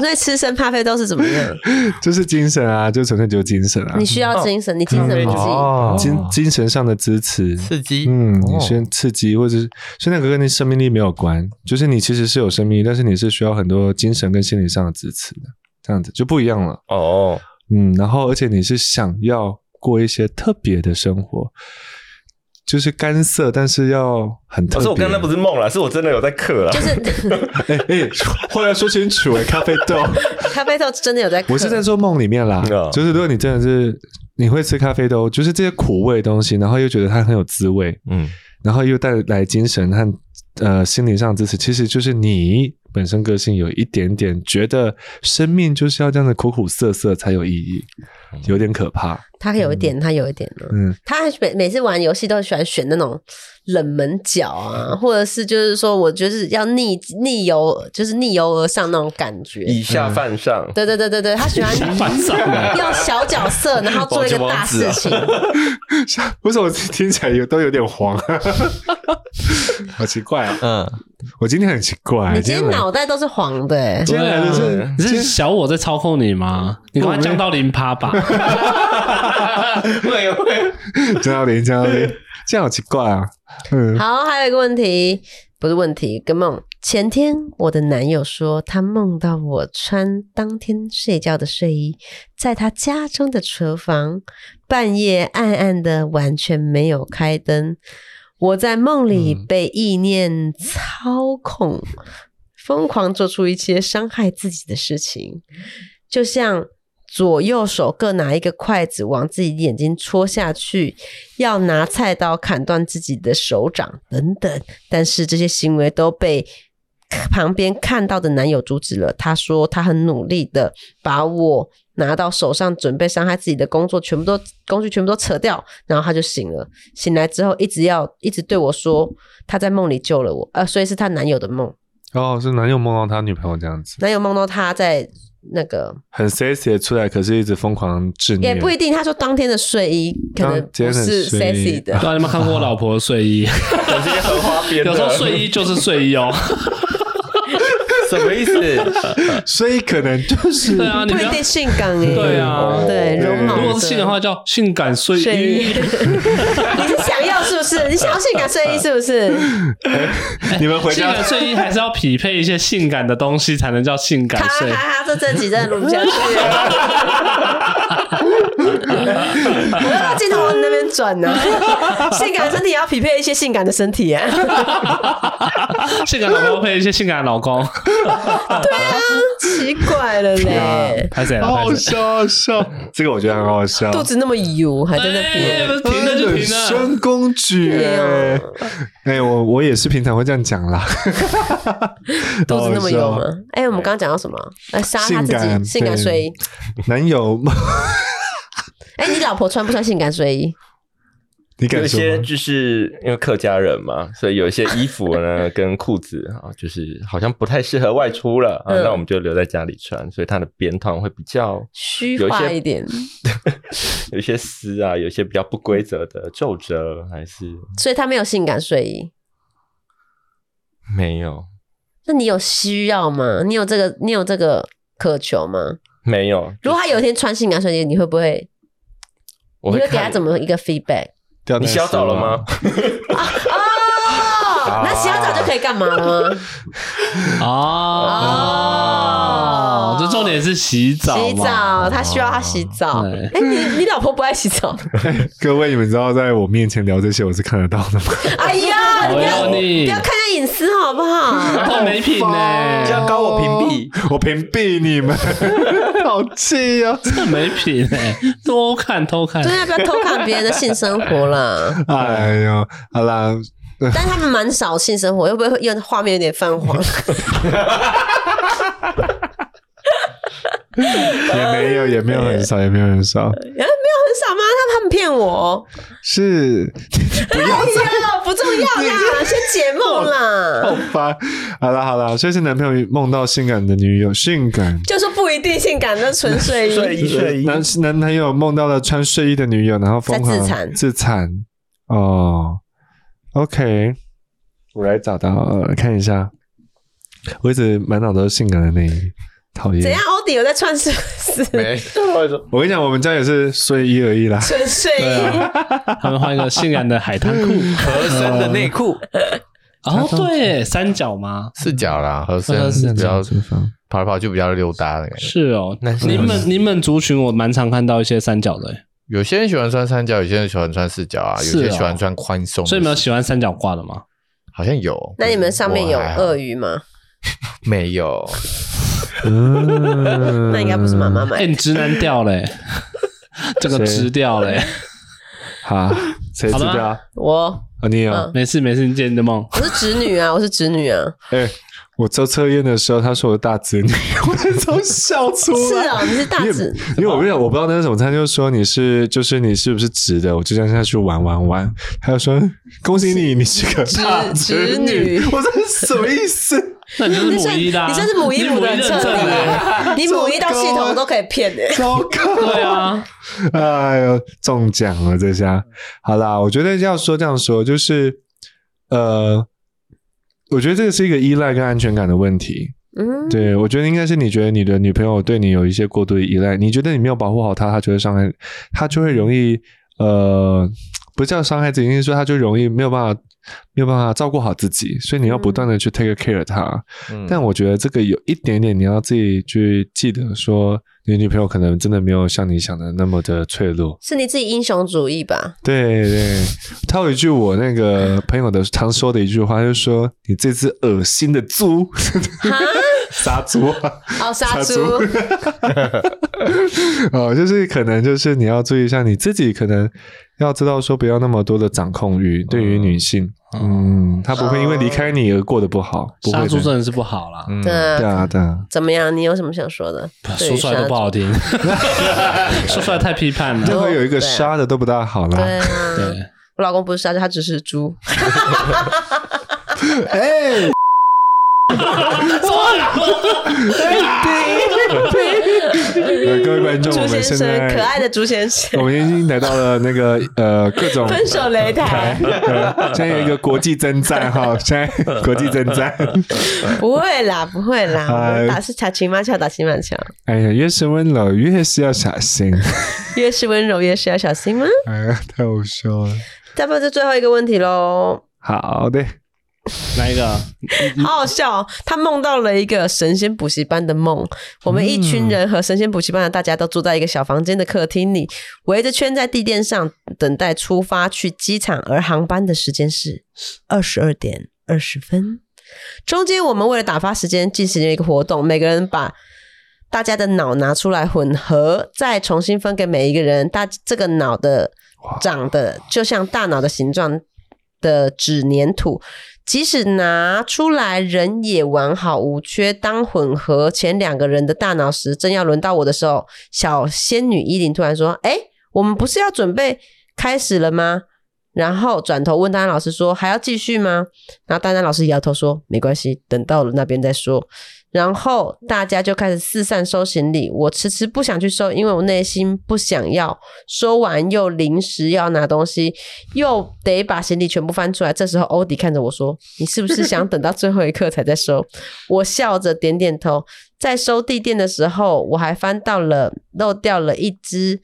C: 所以吃生咖啡豆是怎么样？
A: [laughs] 就是精神啊，就纯粹只有精神 [laughs] 啊
C: 你。需要精神，你精神不济。
F: 啊
A: 哦，
C: 嗯
A: 精精神上的支持，
E: 刺激，
A: 嗯，你
E: 哦
A: 先刺激，或者是所以那个跟你生命力没有关，就是你其实是有生命力，但是你是需要很多精神跟心理上的支持的，这样子就不一样了。
F: 哦，
A: 嗯，然后而且你是想要过一些特别的生活，就是干涩，但是要很特
F: 可
A: 别。
F: 是我刚才不是梦了，是我真的有在嗑了
C: 就。是
A: 哎哎，话要说清楚哎，咖啡豆，
C: 咖啡豆真的有在嗑，
A: 我是在说梦里面啦
F: 嗯，
A: 就是如果你真的是你会吃咖啡豆，就是这些苦味的东西，然后又觉得它很有滋味，
F: 嗯，
A: 然后又带来精神和呃心理上的支持，其实就是你本身个性有一点点觉得生命就是要这样的苦苦涩涩才有意义，有点可怕。
C: 他有一点，他有一点呢。
A: 嗯，
C: 他每每次玩游戏都喜欢选那种冷门角啊，或者是就是说我就是要逆逆游，就是逆游而上那种感觉。
F: 以下犯上，
C: 对对对对对，他喜欢用小角色，然后做一个大事情。
A: [laughs] 为什么听起来有都有点黄？啊 [laughs] 好奇怪啊！
E: 嗯，
A: 我哎今天很奇怪，
C: 你今天
A: 来
C: 脑袋都是黄的、欸，
A: 今天来的
D: 对啊
A: 是
D: 你是小我在操控你吗？你刚才降到零趴吧？
F: 会会，
A: 江耀林，江耀林，这样好奇怪啊！嗯，
C: 好，还有一个问题，不是问题，跟梦。前天我的男友说，他梦到我穿当天睡觉的睡衣，在他家中的厨房，半夜暗暗的，完全没有开灯。我在梦里被意念操控，疯狂做出一些伤害自己的事情，就像左右手各拿一个筷子往自己眼睛戳下去，要拿菜刀砍断自己的手掌等等。但是这些行为都被旁边看到的男友阻止了，他说他很努力的把我拿到手上准备伤害自己的工作全部都工具全部都扯掉，然后他就醒了。醒来之后一直要一直对我说他在梦里救了我，呃，所以是她男友的梦，
A: 哦，是男友梦到他女朋友这样子，
C: 男友梦到他在那个
A: 很 sexy 的出来，可是一直疯狂致
C: 也
A: 虐。
C: 不一定，他说当天的睡衣可能
A: 嗯当天
C: 不
A: 的
C: 是
A: 睡衣
C: sexy 的，
D: 对啊，你们看过我老婆的睡衣？
F: 可是一个荷花边的，
D: 有时候睡
F: [laughs]
D: 衣就是睡衣哦。
E: 什么意思？
A: 所以可能就是
D: 对啊，你
C: 不
D: 不
C: 一
D: 要
C: 定性感诶、
D: 对啊
A: 对
C: 对，绒毛。
D: 如果是性的话，，叫性感睡
C: 睡衣，
D: 衣。
C: [laughs] 你是想要是不是？你想要性感睡衣是不是？
A: 你们回
D: 性
A: 家
D: 感睡衣还是要匹配一些性感的东西，才能叫性感
C: 哈哈 [laughs]
D: 睡。
C: 哈！这这集真的录不下去了，我要把镜头往你那边转呢、性感身体也要匹配一些性感的身体啊，
D: 性感老公配一些性感的老公，
C: [laughs] 奇怪了嘞，
D: 拍谁了？啊
A: 好
C: 哦
D: 拍
A: 好
D: 谁？
A: 笑好笑，这个我觉得很好笑。
C: 肚子那么油还在那
D: 哎
C: 边。
D: 不是停了就停了。
A: 深公举
C: 对
A: 哎
C: 啊、
A: 哎我我也是平常会这样讲啦，
C: [laughs] 肚子那么油
A: 好好
C: 吗
A: 笑？？
C: 哎、我们刚刚讲到什么？来杀他自
A: 性感
C: 己性感睡衣。
A: 男友， [laughs]
C: 哎、你老婆穿不穿性感睡衣？
A: 你敢
F: 有一
A: 说
F: 些
A: 吗？
F: 就是因为客家人嘛，所以有一些衣服呢跟裤子啊，就是好像不太适合外出了啊，
C: 嗯
F: 那我们就留在家里穿，所以它的边框会比较
C: 虚
F: 有一
C: 化
F: 些
C: 一点，
F: 有一些丝啊，有一些比较不规则的皱褶，还是
C: 所以她没有性感睡衣。
F: 没有
C: 那你有需要吗？你有这个，你有这个渴求吗？
F: 没有，
C: 如果她有一天穿性感睡衣，你会不会？
F: 我
C: 你
F: 会
C: 会给她
F: 看
C: 怎么一个 feedback？
A: 掉
F: 你
A: 在
F: 洗澡了
A: 手
F: 吗？
C: 哦，那洗完澡就可以干嘛了吗？
D: 哦
C: 哦，
D: 这重点是洗澡嘛，
C: 洗澡，她需要她洗澡。
D: 对
C: 哎，你你老婆不爱洗澡？
A: 里？各位，你们知道在我面前聊这些我是看得到的吗？
C: 哎呀，你不要
D: 哎呦
C: 不
D: 你
C: 要看人家隐私好不
D: [laughs]
C: 好？
D: 碰没品
A: 你
D: 呢，
A: 搞我屏蔽， [laughs] 我屏蔽你们， [laughs] 好气啊！
D: 这没品呢，多看偷看
C: 对。啊，不要偷看别人的性生活啦。
A: 哎呦，好啦，
C: 但他们蛮少性生活，会不会用画面有点泛黄？哎
A: [laughs] 也没有，也没有很少，也没有很少，
C: 啊，没有很少吗？他们骗我，
A: 是不要
C: 哎呀，不重要啦，先解梦啦。
A: 好吧？ [laughs] 好啦好啦，所以是男朋友梦到性感的女友，性感
C: 就说不一定性感，那纯
E: [laughs]
C: 睡衣。
F: 睡衣睡衣
A: 男男朋友梦到了穿睡衣的女友，然后疯狂
C: 在自残
A: 自残哦。OK，我来找到、呃、看一下，我一直满脑都是性感的内衣，讨厌。
C: 怎样？欧迪有在穿是不是
E: 没，
A: 我跟你讲，我们家也是睡衣而已啦。
C: 纯睡衣？
D: 他们换一个性感的
C: [laughs]
D: 海滩裤，
E: 合身的内裤，
D: 哦，对，三角吗？
E: 四角啦，合身
D: 合身
E: 比较
A: 这方
E: 跑来跑去比较溜达的感觉。
D: 是哦，你们你们族群我蛮常看到一些三角的欸，
E: 有些人喜欢穿三角，有些人喜欢穿四角啊，有
D: 是哦
E: 些人喜欢穿宽松的。
D: 所以你们有喜欢三角挂的吗？
E: 好像有。
C: 那你们上面有
E: 我还好
C: 鳄鱼吗？
E: 没有？
A: 嗯
C: 那应该不是妈妈。买
D: 哎，
C: 的。
D: 你直男
C: [laughs]
D: 掉嘞，这个
A: 谁
D: 直掉嘞，
A: 好，谁知
D: 好的
A: 道
D: 吗
A: 啊？
C: 我
A: 你有？
C: 嗯
D: 没事没事，你接你的梦。
C: 我是直女啊，我是直女啊。
D: 哦
A: 哎，我做测验的时候，他说我大
C: [laughs]
A: 侄女，我那时候笑出
C: 是
A: 来。
C: 啊，你是大
A: 因为
C: 直，
A: 因为我跟你讲，我不知道那是什么，他就说你是就是你是不是直的，我就这样下去玩玩玩。他就说恭喜你，你是个大
C: 直
A: 直
C: 女
A: 我说什么意思？
D: [laughs] 那你就是
C: 你
D: 母
C: 算
D: 一的啊，
C: 你算是母一
D: 你
C: 母
D: 母
C: 的
D: 认
C: 彻
D: 证
C: 底
D: 欸
C: 啊， [laughs] 你母一到系统都可以骗哎。
A: 糟糕！
C: [laughs]
D: 对啊，
A: 哎呦，中奖了这下。好啦，我觉得要说这样说，就是呃，我觉得这个是一个依赖跟安全感的问题。
C: 嗯，
A: 对，我觉得应该是你觉得你的女朋友对你有一些过度的依赖，你觉得你没有保护好她，她就会伤害，她就会容易呃，嗯不叫伤害自己，应该说她就容易没有办法没有办法照顾好自己，所以你要不断的去 take care 她。
E: 嗯
A: 但我觉得这个有一点点你要自己去记得说。你女朋友可能真的没有像你想的那么的脆弱，
C: 是你自己英雄主义吧？
A: 对对。 [laughs] 他有一句我那个朋友的常说的一句话，就是说你这只恶心的猪，
C: 哈，
A: [laughs] 杀猪啊，
C: 哦，杀
A: 杀
C: 猪
A: 猪， [laughs] 哦，就是可能就是你要注意一下你自己，可能要知道说不要那么多的掌控欲，对于女性，嗯，她不会因为离开你而过得不好，不
D: 杀
A: 会
D: 猪
A: 的。
D: 真的是不好啦，
E: 嗯
C: 对
A: 对
C: 啊，
A: 啊，对啊，
C: 怎么样？你有什么想说的？对于
D: 说出来都不好听， [laughs] 说出来太批判
A: 任
D: 了。
A: 何有一个
C: 对啊
A: 杀的都不大好
C: 杀猪。
A: 啦
C: 对。啊，
D: 对，
C: 我老公不是杀猪，他只是猪。
A: 哎，呃各位观众，
C: 朱
A: 我
C: 先
A: 们现
C: 生，
A: 在
C: 可爱的朱先生
A: 我，们已经来到了那个呃各种
C: [laughs] 分手擂
A: [laughs]
C: 台。
A: 呃现在有一个国际征战哈，现在国际征战。 [laughs]
C: 不会啦，不会啦，我
A: 哎
C: 们打是打情骂俏，打情骂俏，
A: 哎呀，越是温柔，越是要小心。
C: 越是温柔越是要小心吗？
A: 哎呀，太好笑了。
C: 再不然就最后一个问题喽，
A: [laughs] 好的，
D: 来一个？
C: 好好笑、哦，他梦到了一个神仙补习班的梦，我们一群人和神仙补习班的大家都坐在一个小房间的客厅里，围着圈在地垫上等待出发去机场，而航班的时间是二十二点二十分。中间我们为了打发时间，进行了一个活动，每个人把大家的脑拿出来混合，再重新分给每一个人。大这个脑的长得就像大脑的形状的纸粘土，即使拿出来人也完好无缺。当混合前两个人的大脑时，正要轮到我的时候，小仙女依琳突然说：“哎、我们不是要准备开始了吗？”然后转头问丹丹老师说：“还要继续吗？”然后丹丹老师摇头说：“没关系，等到了那边再说。”然后大家就开始四散收行李。我迟迟不想去收，因为我内心不想要。收完又临时要拿东西，又得把行李全部翻出来。这时候欧迪看着我说：“你是不是想等到最后一刻才再收？”我笑着点点头。在收地垫的时候，我还翻到了漏掉了一只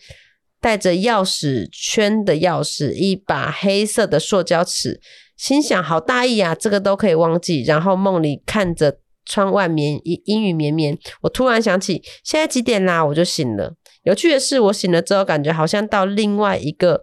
C: 带着钥匙圈的钥匙，一把黑色的塑胶尺，心想好大意啊，这个都可以忘记。然后梦里看着窗外绵阴阴雨绵绵，我突然想起现在几点啦，我就醒了。有趣的是，我醒了之后，感觉好像到另外一个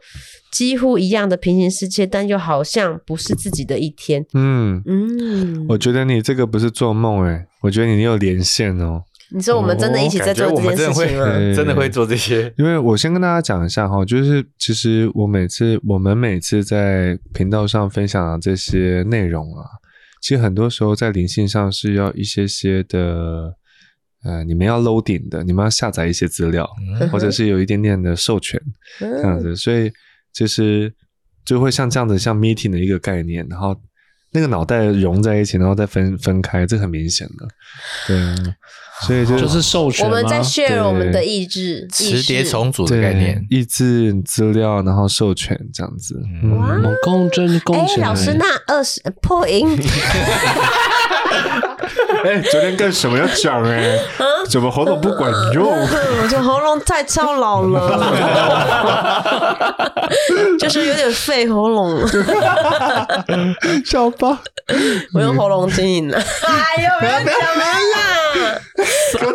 C: 几乎一样的平行世界，但又好像不是自己的一天。
A: 嗯，
C: 嗯，
A: 我觉得你这个不是做梦哎、我觉得你有连线哦。
C: 你说我们真的一起在
E: 哦感觉
C: 做
E: 我
C: 这
E: 们
C: 件
E: 真的
C: 事
E: 会 [laughs]
C: 情吗？
A: 嗯
E: 真
A: [laughs]
E: 的会做这些，
A: 因为我先跟大家讲一下哈，就是其实我每次我们每次在频道上分享的这些内容啊，其实很多时候在灵性上是要一些些的，呃，你们要 loading 的，你们要下载一些资料，
C: 嗯
A: 或者是有一点点的授权这
E: 嗯
A: 样子，所以就是就会像这样子，像 meeting 的一个概念，然后那个脑袋融在一起，然后再分分开，这很明显的，对啊，所以
E: 哦
A: 就
D: 就是授权
C: 我
D: 吗？
C: 们在 share
A: 对
C: 我们的意志，
E: 磁碟重组的
A: 对
E: 概念。
A: 意志资料，然后授权这样子，嗯
D: 我们共振共
C: 哎，
D: 振。
C: 老
E: 嗯
C: 师，那二十破音，
E: [laughs]
A: 哎，昨天干什么要讲哎、怎么喉咙不管用？
C: [laughs] 我这喉咙太操劳了， [laughs] 就是有点费喉咙，
A: 小八，
C: [laughs] 我用喉咙经营的。 [laughs] 哎呦，不要讲了啦！
A: 给我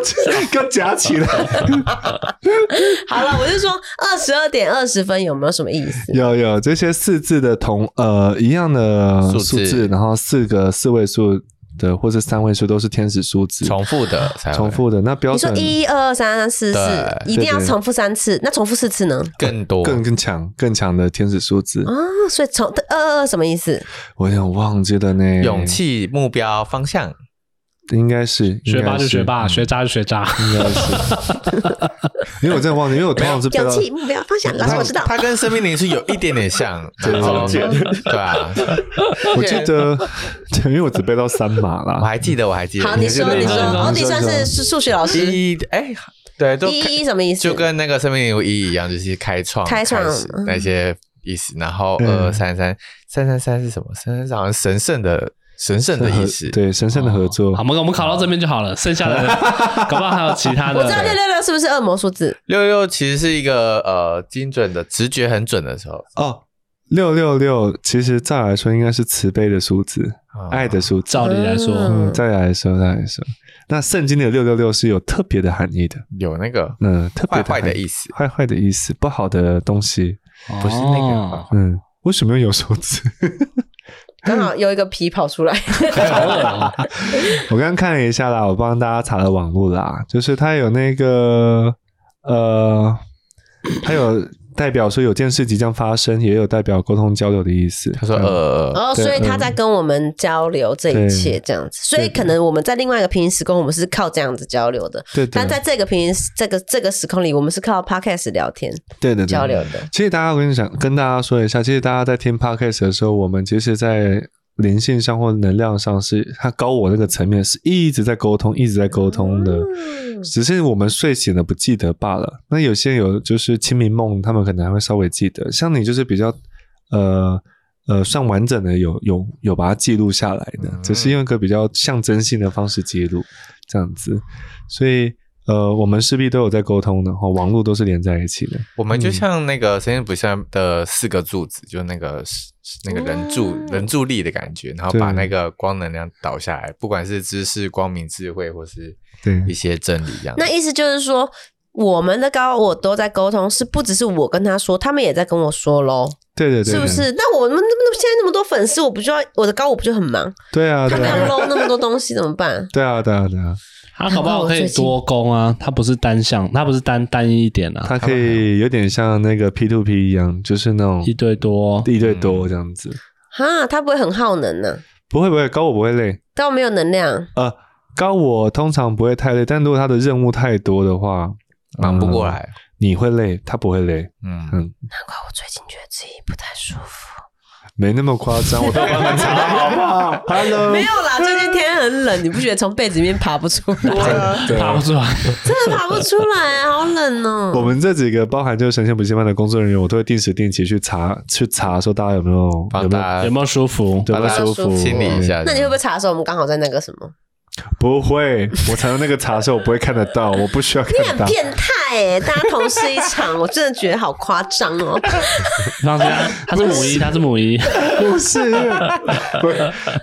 A: 给我夹起
E: [laughs]
A: 来！
C: 好了，我就说二十二点二十分有没有什么意思？
A: 有有这些四字的同呃一样的
E: 数
A: 数
E: 字
A: 字，然后四个四位数的或是三位数都是天使数字，
E: 重复的才会
A: 重复的那标
C: 你说
A: 准
C: 一二三四四，
E: 对
C: 一定要重复三次，那重复四次呢？
E: 更多
A: 更更强更强的天使数字，
C: 啊，所以重二二二什么意思？
A: 我有点忘记了呢。
E: 勇气、目标、方向。
A: 应该是
D: 学霸就学，霸，
A: 应该是
D: 学渣就学
A: [laughs]
D: 渣。
A: 应该是，
E: [laughs]
A: 因为我真的忘记，因为我通常是背
C: 勇
A: 到 [laughs]
C: 气、目标、方向，老师我知道。
E: 它跟生命灵是有一点点像，然后
F: 对
E: 对啊，
A: 我记得，对因为我只背到三码
E: 我
A: 啦。
E: 还记得，我还记得。
C: 好，你说
D: 你
C: 你说，
D: 说
C: 哦，你算是是数学老师，一
E: 一哎，对，都
C: 一什么意思？
E: 就跟那个生命灵一一样，就是开创、
C: 开创
E: 始
C: 嗯
E: 那些意思。然后
A: 嗯
E: 二三三三三三是什么？三三三好像神圣的神圣的意思。哦
A: 对神圣的合作
D: 好，我，们我们考到这边就好了，剩
A: [laughs]
D: 下的搞不好还有其他的。
C: 我知道六六六是不是恶魔数字？
E: 六六其实是一个呃精准的直觉很准的时候，
A: 哦，六六六，其实再来说应该是慈悲的数字，
E: 啊
A: 爱的数字。
D: 照理来说，
C: 嗯
A: 嗯，再来说，再来说，那圣经里的六六六是有特别的含义的，
E: 有那个
A: 嗯，特别
E: 坏坏的
A: 思，
E: 意思。
A: 坏坏的意思，不好的东西。
D: 哦不是那个
A: 嗯，为什么要有手指？
C: 刚好有一个皮跑出来，
A: [laughs] 我刚刚看了一下啦，我帮大家查了网络啦，就是他有那个呃，他有代表说有件事即将发生，也有代表沟通交流的意思。
E: 他说呃，
C: 哦，所以他在跟我们交流这一切这样子，所以可能我们在另外一个平行时空，我们是靠这样子交流的，
A: 对对
C: 但在这个平行这个这个时空里，我们是靠 podcast 聊天
A: 对的
C: 交流的。
A: 其实大家我跟你讲，跟大家说一下，其实大家在听 podcast 的时候，我们其实，在灵性上或能量上是它高我那个层面是一直在沟通，一直在沟通的。
C: 嗯
A: 只是我们睡醒了不记得罢了。那有些有就是清明梦，他们可能还会稍微记得。像你就是比较呃呃算完整的有有有把它记录下来的，
E: 嗯
A: 只是用一个比较象征性的方式记录这样子。所以呃，我们势必都有在沟通的哈，网络都是连在一起的。
E: 我们就像那个神仙不像的四个柱子，就那个那个人柱
C: 嗯
E: 人柱力的感觉，然后
A: 哦对
E: 把那个光能量导下来，不管是知识、光明、智慧，或是
A: 对嗯
E: 一些真理这样子。
C: 那意思就是说，我们的高我都在沟通，是不只是我跟他说，他们也在跟我说喽，
A: 对对对，
C: 是不是？那我们那么现在那么多粉丝，我不就要我的高我不就很
A: [laughs]
C: 忙？
A: 对啊？
C: 他
A: 对
C: 们要
A: 啊，
C: 搂那么多东西怎么办？
A: 对啊，对啊，对啊，
D: 他搞不好可以多攻啊，他不是单向，他不是单单一点啊，
A: 它可以有点像那个 P to P 一样，就是那种
D: 一嗯对多。
A: 一对多这样子。
C: 哈，他不会很耗能呢、
A: 不会不会，高我不会累。
C: 但我没有能量，
A: 呃，高我通常不会太累，但如果他的任务太多的话，
E: 忙不过
A: 呃
E: 来，
A: 你会累，他不会累，
E: 嗯，
A: 嗯，
C: 难怪我最近觉得自己不太舒服。
A: 没那么夸张，我都帮你查好不好？Hello，
C: [laughs] 没有啦，最近天很冷，你不觉得从被子里面爬不出来，
A: [laughs] 对
D: 爬不出来，
C: 真的爬不出来，好冷
A: 我
C: 哦、
A: 们这几个包含就是神仙补习班的工作人员，我都会定时定期去查去查，说大家有没有有
E: 帮
A: 没
E: 大
A: 有
E: 家
D: 有没有舒服？
A: 有没有
E: 帮大家
A: 舒服？
E: 清理一下。
C: 那你会不会查的时候，我们刚好在那个什么？
A: 不会，我查到那个查的时候，我不会看得到，我不需要
C: [laughs] 你
A: 看
C: 很
A: 到。
C: 变态哎、大家同事一场，我真的觉得好夸张
A: [laughs]
C: 哦。
D: 放心，他是母一，他是母一，
A: 不是，不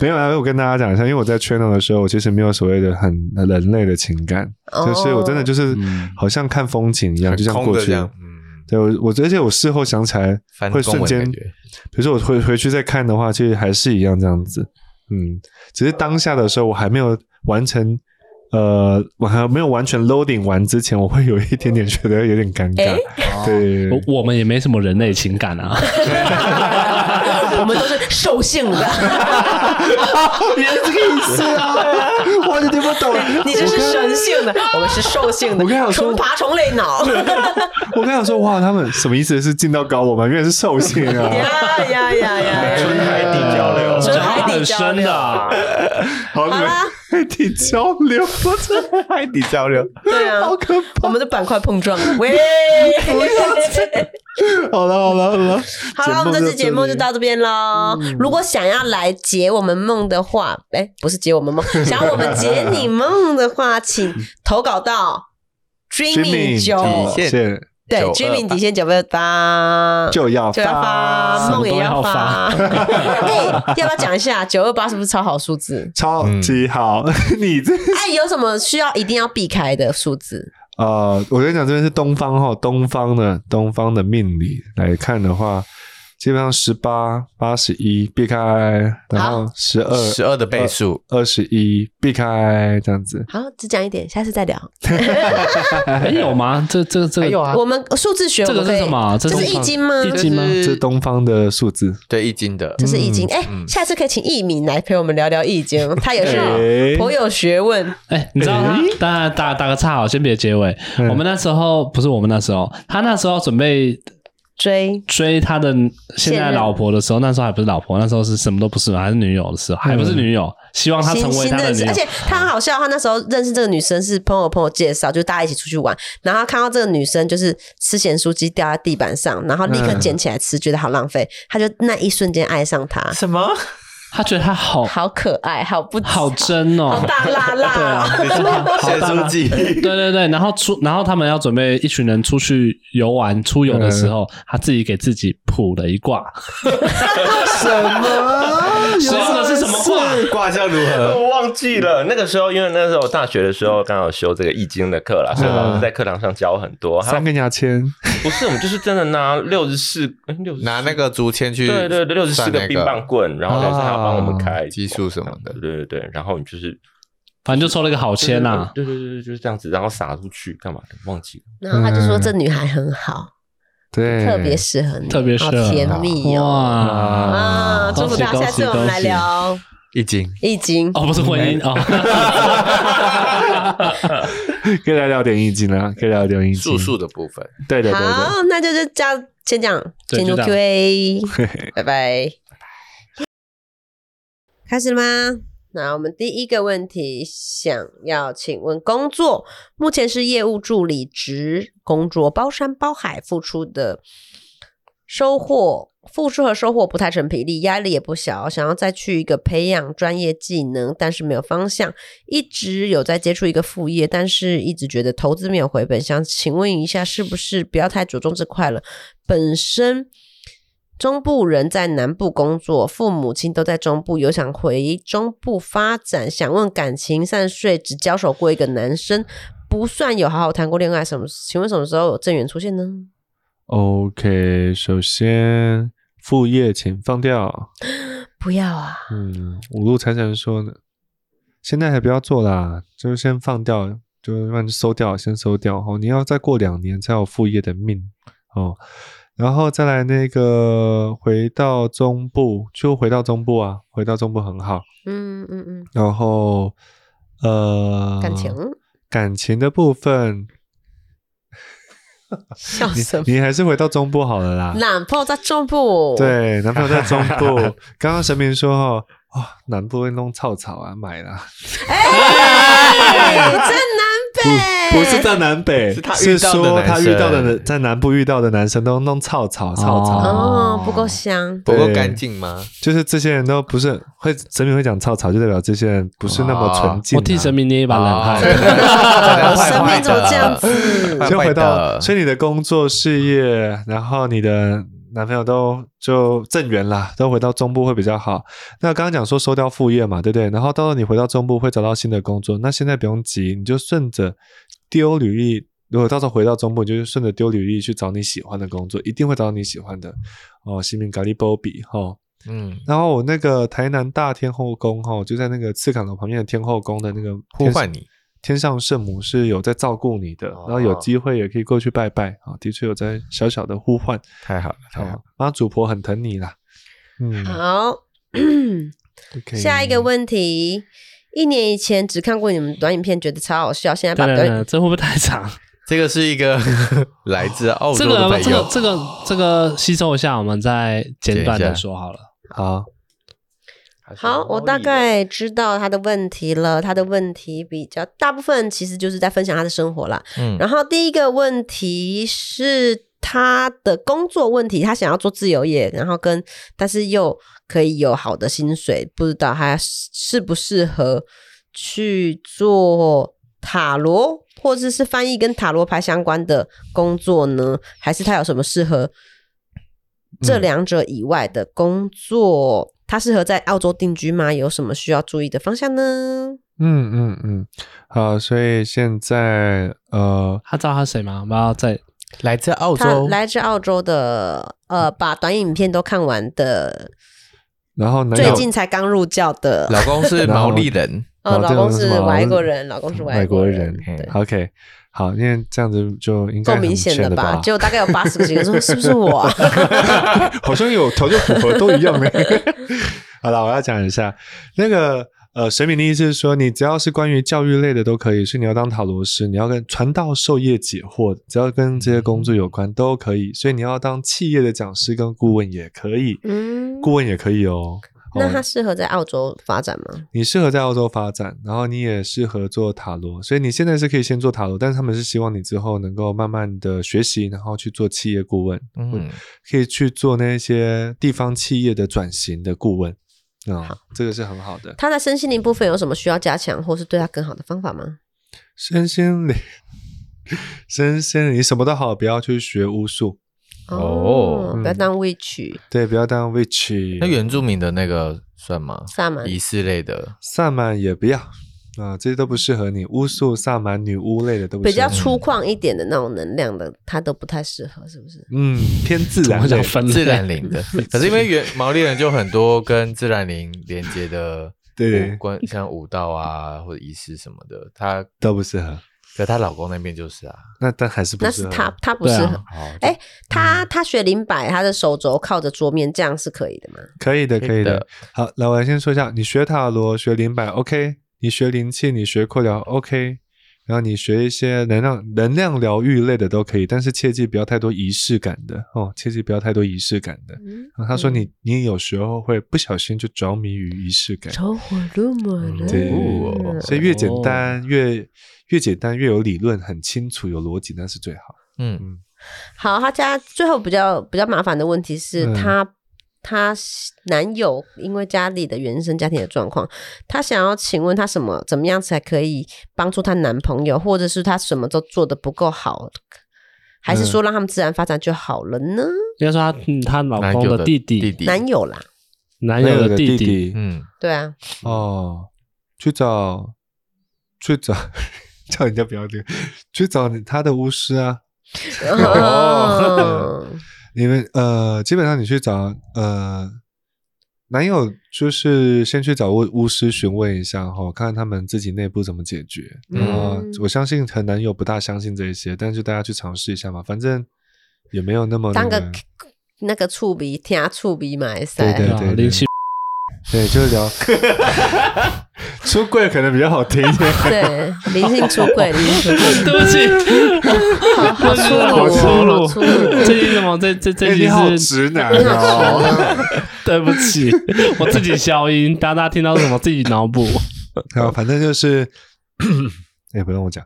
A: 没有啊！我跟大家讲一下，因为我在 channel 的时候，我其实没有所谓的很人类的情感，
C: 哦
A: 就是我真的就是
D: 嗯
A: 好像看风景一样，
E: 很
A: 就像
E: 空
A: 过
E: 的
A: 去
E: 这。样，嗯，
A: 对，我我而且我事后想起来
E: 翻
A: 会
E: 中
A: 瞬
E: 文的
A: 间，
E: 感
A: 比如
E: 觉
A: 说我回回去再看的话，其实还是一样这样子。嗯，只是当下的时候我还没有完成，呃，我还没有完全 loading 完之前，我会有一点点觉得有点尴尬。对，
E: 哦
D: 我我们也没什么人类情感啊。
C: 哦我们都是兽
A: [laughs]
C: 性的，
A: 我有听不懂。
C: 哦你这是神性的，我们是兽性的。
A: 我刚想说
C: 虫爬虫类脑，
A: 我刚想说，哇，他们什么意思？是进到高我吗？原来是兽性啊！
C: [laughs] 呀呀呀呀
F: 纯
C: 呀！
F: 海底交流，
C: 纯
D: 讲
C: 海
D: 话
C: 底
D: 很
C: 交
D: 深
C: 流
D: 的啊，
A: 好，你
C: 好
A: 们
C: 啦，
A: 海底交流，我真的 [laughs] 海底交流，
C: 对啊
A: 好可怕。
C: 我们的板块碰撞。
A: [laughs]
C: 喂，
A: 好了，好了，好了，
C: 好了，我们这嗯期节目就到这边喽。如果想要来解我们梦的话，哎、不是解我们梦，想要我们解你梦的话，请投稿到 Dreamy 九
A: 底嗯线
C: 对
E: 928
C: Dreamy 底线九八八。
A: 就要
C: 就要发
A: 发，
C: 梦也要发，[laughs]
D: 什
C: 哎、要不要讲一下九二八是不是超好数 [laughs] 字？
A: 超级好。 [laughs] 你这
C: 哎，有什么需要一定要避开的数字？
A: 呃，我跟你讲，这边是东方哈，东方的东方的命理来看的话，基本上十八、八十一避开，然后十二、
E: 十二的倍数，
A: 二十一避开，这样子。
C: 好，只讲一点，下次再聊。
D: 还有吗？这这这个
C: 我们数字学我
D: 啊这
C: 们可
D: 个是
C: 以
D: 什么啊？
C: 这
D: 这
C: 是
D: 是
C: 易经吗？
D: 易
E: 就
D: 经吗？
A: 这是
E: 是
A: 东方的数字，
E: 对易经的
C: 这，是易经。
D: 嗯
C: 哎、下次可以请易敏来陪我们聊聊易
D: [laughs]
C: 经，他也是
A: 哎
C: 颇有学问。
D: 哎，你知道他？打打打个岔好，先别结尾。
A: 嗯
D: 我们那时候不是我们那时候，他那时候准备
C: 追
D: 追他的现在老婆的时候，那时候还不是老婆，那时候是什么都不是，还是女友的时候，还不是女友，希望他成
C: 新
D: 为
C: 新
D: 他的
C: 认
D: 女
C: 识，而
D: 友。
C: 且他很好笑。他那时候认识这个女生是朋友朋友介绍，就大家一起出去玩，然后他看到这个女生就是吃咸酥鸡掉在地板上，然后立刻捡起来吃，觉得好浪费，他就那一瞬间爱上她，
B: 什么？
D: 他觉得他
C: [laughs]
D: 好
C: 好可爱，好不
D: 好真哦，
C: 好大辣辣，
D: [laughs] 对啊，好
E: 写
D: 大
E: 书
D: 啦
E: 记，
D: [laughs] 对对对，然后出，然后他们要准备一群人出去游玩、出游的时候，他自己给自己卜了一卦，
A: 什么？
D: 使用的是什么卦？
E: 画像如何？
F: 我忘记了，那个时候因为那时候我大学的时候刚好修这个易经的课啦，所以
A: 嗯
F: 老师在课堂上教很多。他
A: 三根牙签，
F: 不是我们就是真的拿六十四哎六十
E: 拿那个竹签去
F: 对对对六十四
E: 算
F: 个
E: 那
F: 冰棒棍，然后老师还要帮我们开
E: 基数什么的
F: 对对对，然后你就是
D: 反正就抽了一个好签啦。
F: 对对对对，就是这样子，然后撒出去干嘛的？忘记了，
C: 然后他就说这女孩很好，
A: 对，
C: 特别适合你，
D: 嗯特别适
C: 好
D: 合
C: 甜蜜哦。
D: 哇！
C: 啊，祝福他！
D: 恭喜
C: 下次我们来聊《
E: 一斤。
C: 易经》。
D: 哦，不是婚姻哦，
A: 可以来聊点易经啦，可以聊点易经，
E: 素素的部分，
A: 对的对的。
C: 好，那就就这样，先讲
D: 对
C: 进入
D: 就这样 [laughs]
C: Q&A，拜拜。开始了吗？那我们第一个问题，想要请问工作，目前是业务助理职，工作包山包海，付出的收获，付出和收获不太成比例，压力也不小。想要再去一个培养专业技能，但是没有方向，一直有在接触一个副业，但是一直觉得投资没有回本，想请问一下，是不是不要太着重这块了？本身中部人在南部工作，父母亲都在中部，有想回中部发展，想问感情三十岁只交手过一个男生，不算有好好谈过恋爱，什么？请问什么时候有正缘出现呢？
A: OK，首先副业请放掉。
C: 不要啊，
A: 嗯，五路财神说呢，现在还不要做啦，就是先放掉，就让你收掉，先收掉。哦，你要再过两年才有副业的命哦。然后再来那个回到中部，就回到中部啊，回到中部很好。
C: 嗯嗯嗯，
A: 然后呃，
C: 感情、
A: 感情的部
E: [laughs]
A: 分，
C: 笑什么？
A: 你你还是回到中部好了啦。
C: 男朋友在中部，，
A: 对，男朋友在
E: [laughs]
A: 中部。刚刚神明说哦，哦，南部会弄草草啊，买啦，
C: 哎，在南北，
A: 不是在南北，
E: 是他遇
A: 是
E: 到的
A: 说
E: 男
A: 他遇
E: 生
A: 到的人在南部遇到的男生都弄草草草草，
C: 哦，不够香，
E: 不够
A: 对
E: 干净吗？
A: 就是这些人都不是会神明会讲草草，就代表这些人不是那么纯净、啊。
D: 我替神明捏一把冷汗。
E: 哦 [laughs]
C: 生命怎么这样子？
E: 啊坏
A: 就
E: 坏
A: 回到，
E: 的
A: 所以你的工作、事业，然后你的男朋友都就正缘啦，都回到中部会比较好。那刚刚讲说收掉副业嘛，对不对？然后到时候你回到中部会找到新的工作，那现在不用急，你就顺着丢履历。如果到时候回到中部，你就顺着丢履历去找你喜欢的工作，一定会找到你喜欢的哦。新民咖喱波比哈，哦
E: 嗯，
A: 然后我那个台南大天后宫哈、哦，就在那个赤坎楼旁边的天后宫的那个
E: 呼唤你，
A: 天上圣母是有在照顾你的，
E: 哦
A: 然后有机会也可以过去拜拜啊，的确有在小小的呼唤，
E: 太好了，太好
A: 啊
E: 了，
A: 妈祖婆很疼你啦。嗯，
C: 好， [clears throat]
A: OK
C: 下一个问题。一年以前只看过你们短影片，觉得超好笑，现在把
D: 对对
C: 短影
D: 对，这会不会太长？
E: 这个是一个来自澳
D: 这
E: 洲的
D: 个
E: 朋
D: 这个
E: 友，
D: 这个这个吸收一下，我们再简短的说好了。
A: 好，
C: 好，我大概知道他的问题了。他的问题比较大部分其实就是在分享他的生活啦。
E: 嗯
C: 然后第一个问题是他的工作问题，他想要做自由业，然后跟但是又可以有好的薪水，不知道他适不适合去做塔罗，或者是翻译跟塔罗牌相关的工作呢？还是他有什么适合这两者以外的工作？他适合在澳洲定居吗？有什么需要注意的方向呢？
A: 嗯嗯嗯，好，所以现在呃，
D: 他知道他是谁吗？我们要再
E: 来自澳
C: 他
E: 洲，
C: 来自澳洲的，呃，把短影片都看完的，
A: 然后男
C: 最
A: 友
C: 近才刚入教的，
E: 老公是毛利人，
C: 呃，
A: 哦
C: 老
A: 这个
C: 公
A: 是
C: 是
A: 什么
C: 外国人，老公是
A: 外
C: 国
A: 国
C: 人
A: 人，
E: 对
A: ，OK，好，因为这样子就应该
C: 够明显
A: 很
C: 了
A: 全
C: 吧？
A: 吧？
C: 结果大概有八十个几个说是不是我啊？
A: [laughs]
C: [laughs]
A: 好像有条件符合都一样呢。好了，我要讲一下那个呃，神明的意思是说，你只要是关于教育类的都可以，是你要当塔罗师，你要跟传道授业解惑，只要跟这些工作有关都可以。所以你要当企业的讲师跟顾问也可以，
C: 嗯，
A: 顾问也可以哦。
C: 那
A: 哦
C: 他适合在澳洲发展吗？
A: 你适合在澳洲发展，然后你也适合做塔罗，所以你现在是可以先做塔罗，但是他们是希望你之后能够慢慢的学习，然后去做企业顾问，嗯
E: 嗯，，
A: 可以去做那些地方企业的转型的顾问啊、这个是很好的。
C: 他在身心灵部分有什么需要加强，或是对他更好的方法吗？
A: [laughs] 身心灵，身心灵什么都好，不要去学巫术，
E: 哦
C: 不要当 witch
A: 对，不要当 witch，
E: 那原住民的那个算吗？
C: 萨满
E: 仪式类的，
A: 萨满也不要啊，这些都不适合你。巫术、萨满、女巫类的都不
C: 比
A: 适合
C: 较
A: 你
C: 粗犷一点的那种能量的，它都不太适合，是不是？
A: 嗯，偏自
D: 怎
A: 然
D: 么
A: 类
D: 讲。分类
E: 自然灵的。可 [laughs] 是因为原毛利人就很多跟自然灵连接的
A: 对
E: 舞关，像舞蹈啊或者仪式什么的，她
A: 都不适合。
E: 可她老公那边就是啊，
A: 那但还是不
C: 那
A: 适
C: 是
A: 合
C: 他，他不适
D: 对啊
C: 合。哎、他他学灵摆，他的手肘靠着桌面，这样是可以的吗？
A: 可以的，可以的
E: 的。
A: 好，来，我先说一下，你学塔罗、学灵摆，OK；你学灵气，你学扩疗，OK。然后你学一些能量、能量疗愈类的都可以，但是切记不要太多仪式感的哦，切记不要太多仪式感的。
C: 嗯，
A: 然后他说你，你有时候会不小心就着迷于仪式感，
C: 走火入魔了。
A: 嗯对
E: 哦
A: 所以越简单越越简单越有理论，很清楚有逻辑，那是最好。
E: 嗯，
C: 好，他家最后比较比较麻烦的问题是
A: 嗯
C: 他。他男友因为家里的原生家庭的状况，他想要请问他什么怎么样才可以帮助她男朋友，或者是他什么都做的不够好，还是说让他们自然发展就好了呢？
D: 应该说她嗯她老
E: 男
D: 公
E: 友
D: 的弟
E: 弟
D: 弟，
E: 弟，
C: 男友啦，
D: 男
A: 还有
D: 友
A: 个
D: 的
A: 弟
D: 弟弟，
E: 嗯，
C: 对啊，
A: 哦，去找去找 [laughs] 叫人家不要这个，去找你他的巫师啊。 [laughs]
C: 哦，
A: 你们呃，基本上你去找呃男友，就是先去找巫巫师询问一下哈、看看他们自己内部怎么解决。
E: 嗯
A: 然后我相信很男友不大相信这一些，但是大家去尝试一下嘛，反正也没有那么、那
C: 当个
A: 个
C: 那个触鼻，听触鼻嘛，会使
A: 对对
D: 对啊
A: 对对
D: 灵性
A: 对，就是聊 [laughs] 出柜可能比较好听一点。
C: 对，灵性出轨，灵性出轨，
D: [laughs] 对不起，
C: 好好粗鲁
D: 好粗
C: 哦，
D: 鲁
C: 好粗鲁。
D: [laughs] 这集什么？这这这
A: 哎你
D: 集
A: 好
D: 是
A: 直
C: [laughs]
A: 男
C: 你好
A: 哦。
D: 对不起，我自己消音，大家听到什么自己脑补。
A: 然后反正就是， [clears throat] 也不用我讲，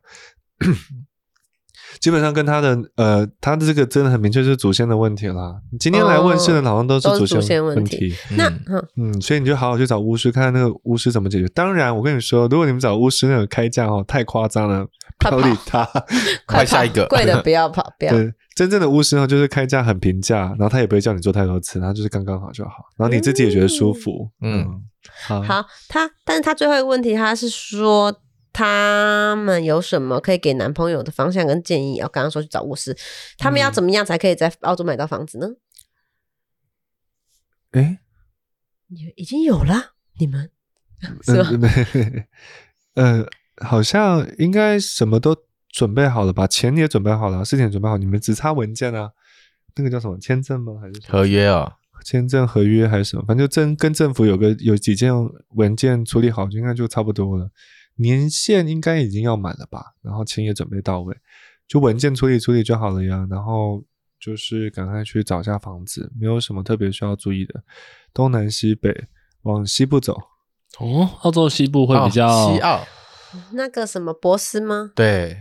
A: 基本上跟他的呃，他的这个真的很明确是祖先的问题啦。今天来问事的好像都是
C: 哦都是祖
A: 先
C: 先问
A: 问
C: 题那嗯
A: 嗯，所以你就好好去找巫师，看看那个巫师怎么解决。当然，我跟你说，如果你们找巫师那种开价哦，太夸张了，不
C: 快
A: 要
C: 跑
A: 理他。
E: 快下一个
C: 贵的不要跑，不要。
A: 对，真正的巫师呢，哦就是开价很平价，然后他也不会叫你做太多次，然后就是刚刚好就好，然后你自己也觉得舒服。
E: 嗯
A: 嗯，好，
C: 好，他，但是他最后一个问题，他是说他们有什么可以给男朋友的方向跟建议？哦，刚刚说去找巫师，他们要怎么样才可以在澳洲买到房子呢？
A: 哎，
C: 也已经有了，你们是吧？
A: 嗯，没， [laughs] 呃，好像应该什么都准备好了吧？钱也准备好了，事情也准备好，你们只差文件啊。那个叫什么签证吗？还是什么
E: 合约哦，
A: 签证合约还是什么？反正就政跟政府有个有几件文件处理好，应该就差不多了。年限应该已经要满了吧？然后钱也准备到位，就文件处理处理就好了呀。然后就是赶快去找一下房子，没有什么特别需要注意的。东南西北往西部走，
D: 哦，澳洲西部会比较，
E: 哦西澳，
C: 那个什么博斯吗？
E: 对，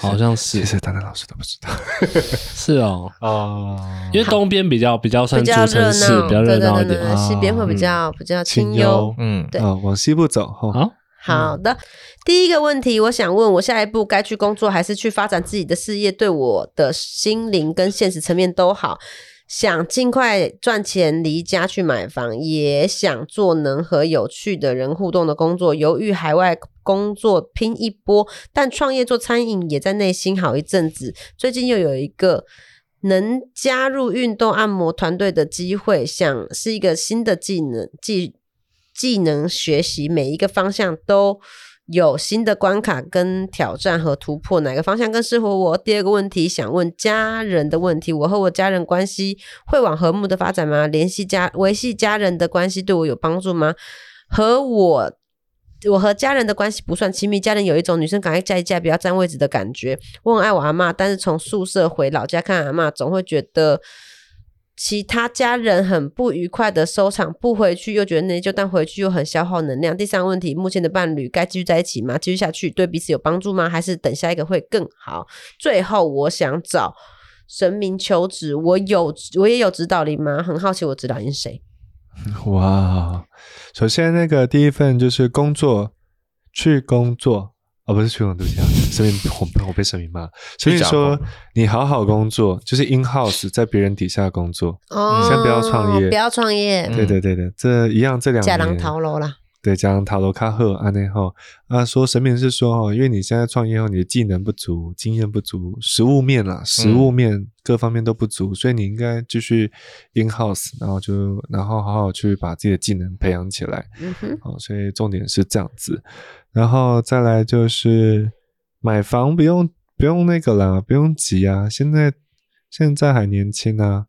D: 好像
A: 其
D: 是
A: 实丹丹老师都不知道。
D: 是哦，
A: 哦， [laughs]
D: 因为东边比较比较算
C: 比
D: 主
C: 较热
D: 城市，
C: 闹，
D: 比较
C: 对对
D: 热闹一
C: 对
D: 点
C: 对，。对西边会比较比较清幽。
E: 嗯，
C: 对
A: 啊，往西部走哈。
D: 好，
C: 好的，第一个问题，我想问我下一步该去工作还是去发展自己的事业，对我的心灵跟现实层面都好。想尽快赚钱离家去买房，也想做能和有趣的人互动的工作。由于海外工作拼一波，但创业做餐饮也在内心好一阵子。最近又有一个能加入运动按摩团队的机会，想是一个新的技能技技能学习，每一个方向都有新的关卡跟挑战和突破，哪个方向更适合我？第二个问题想问家人的问题，我和我家人关系会往和睦的发展吗？联系家维系家人的关系对我有帮助吗？和我。我和家人的关系不算亲密，家人有一种女生赶快嫁一嫁，不要占位置的感觉。我很爱我阿妈，但是从宿舍回老家看阿妈，总会觉得其他家人很不愉快的收场，不回去又觉得内疚，但回去又很消耗能量。第三个问题，目前的伴侣该继续在一起吗？继续下去对彼此有帮助吗？还是等下一个会更好？最后，我想找神明求职，我有我也有指导灵吗？很好奇我指导灵是谁？
A: 哇，首先那个第一份就是工作，去工作哦，不是崔勇，对不起啊，声明我被我被声明骂了。所以
F: 去甲
A: 说
F: 方，
A: 你好好工作，就是 in house 在别人底下工作。
C: 哦，
A: 先不要创业
C: 不要创业，
A: 对对对对，这一样这两
C: 假狼
A: 年，
C: 逃楼啦。
A: 对，加上塔罗卡赫安内后啊，说神明是说哦，因为你现在创业后，你的技能不足，经验不足，实物面啦，实物面各方面都不足，所以你应该继续 in house，然后就然后好好去把自己的技能培养起来。
C: 嗯哼，
A: 哦，所以重点是这样子，然后再来就是买房不用不用那个啦，不用急啊，现在现在还年轻啊，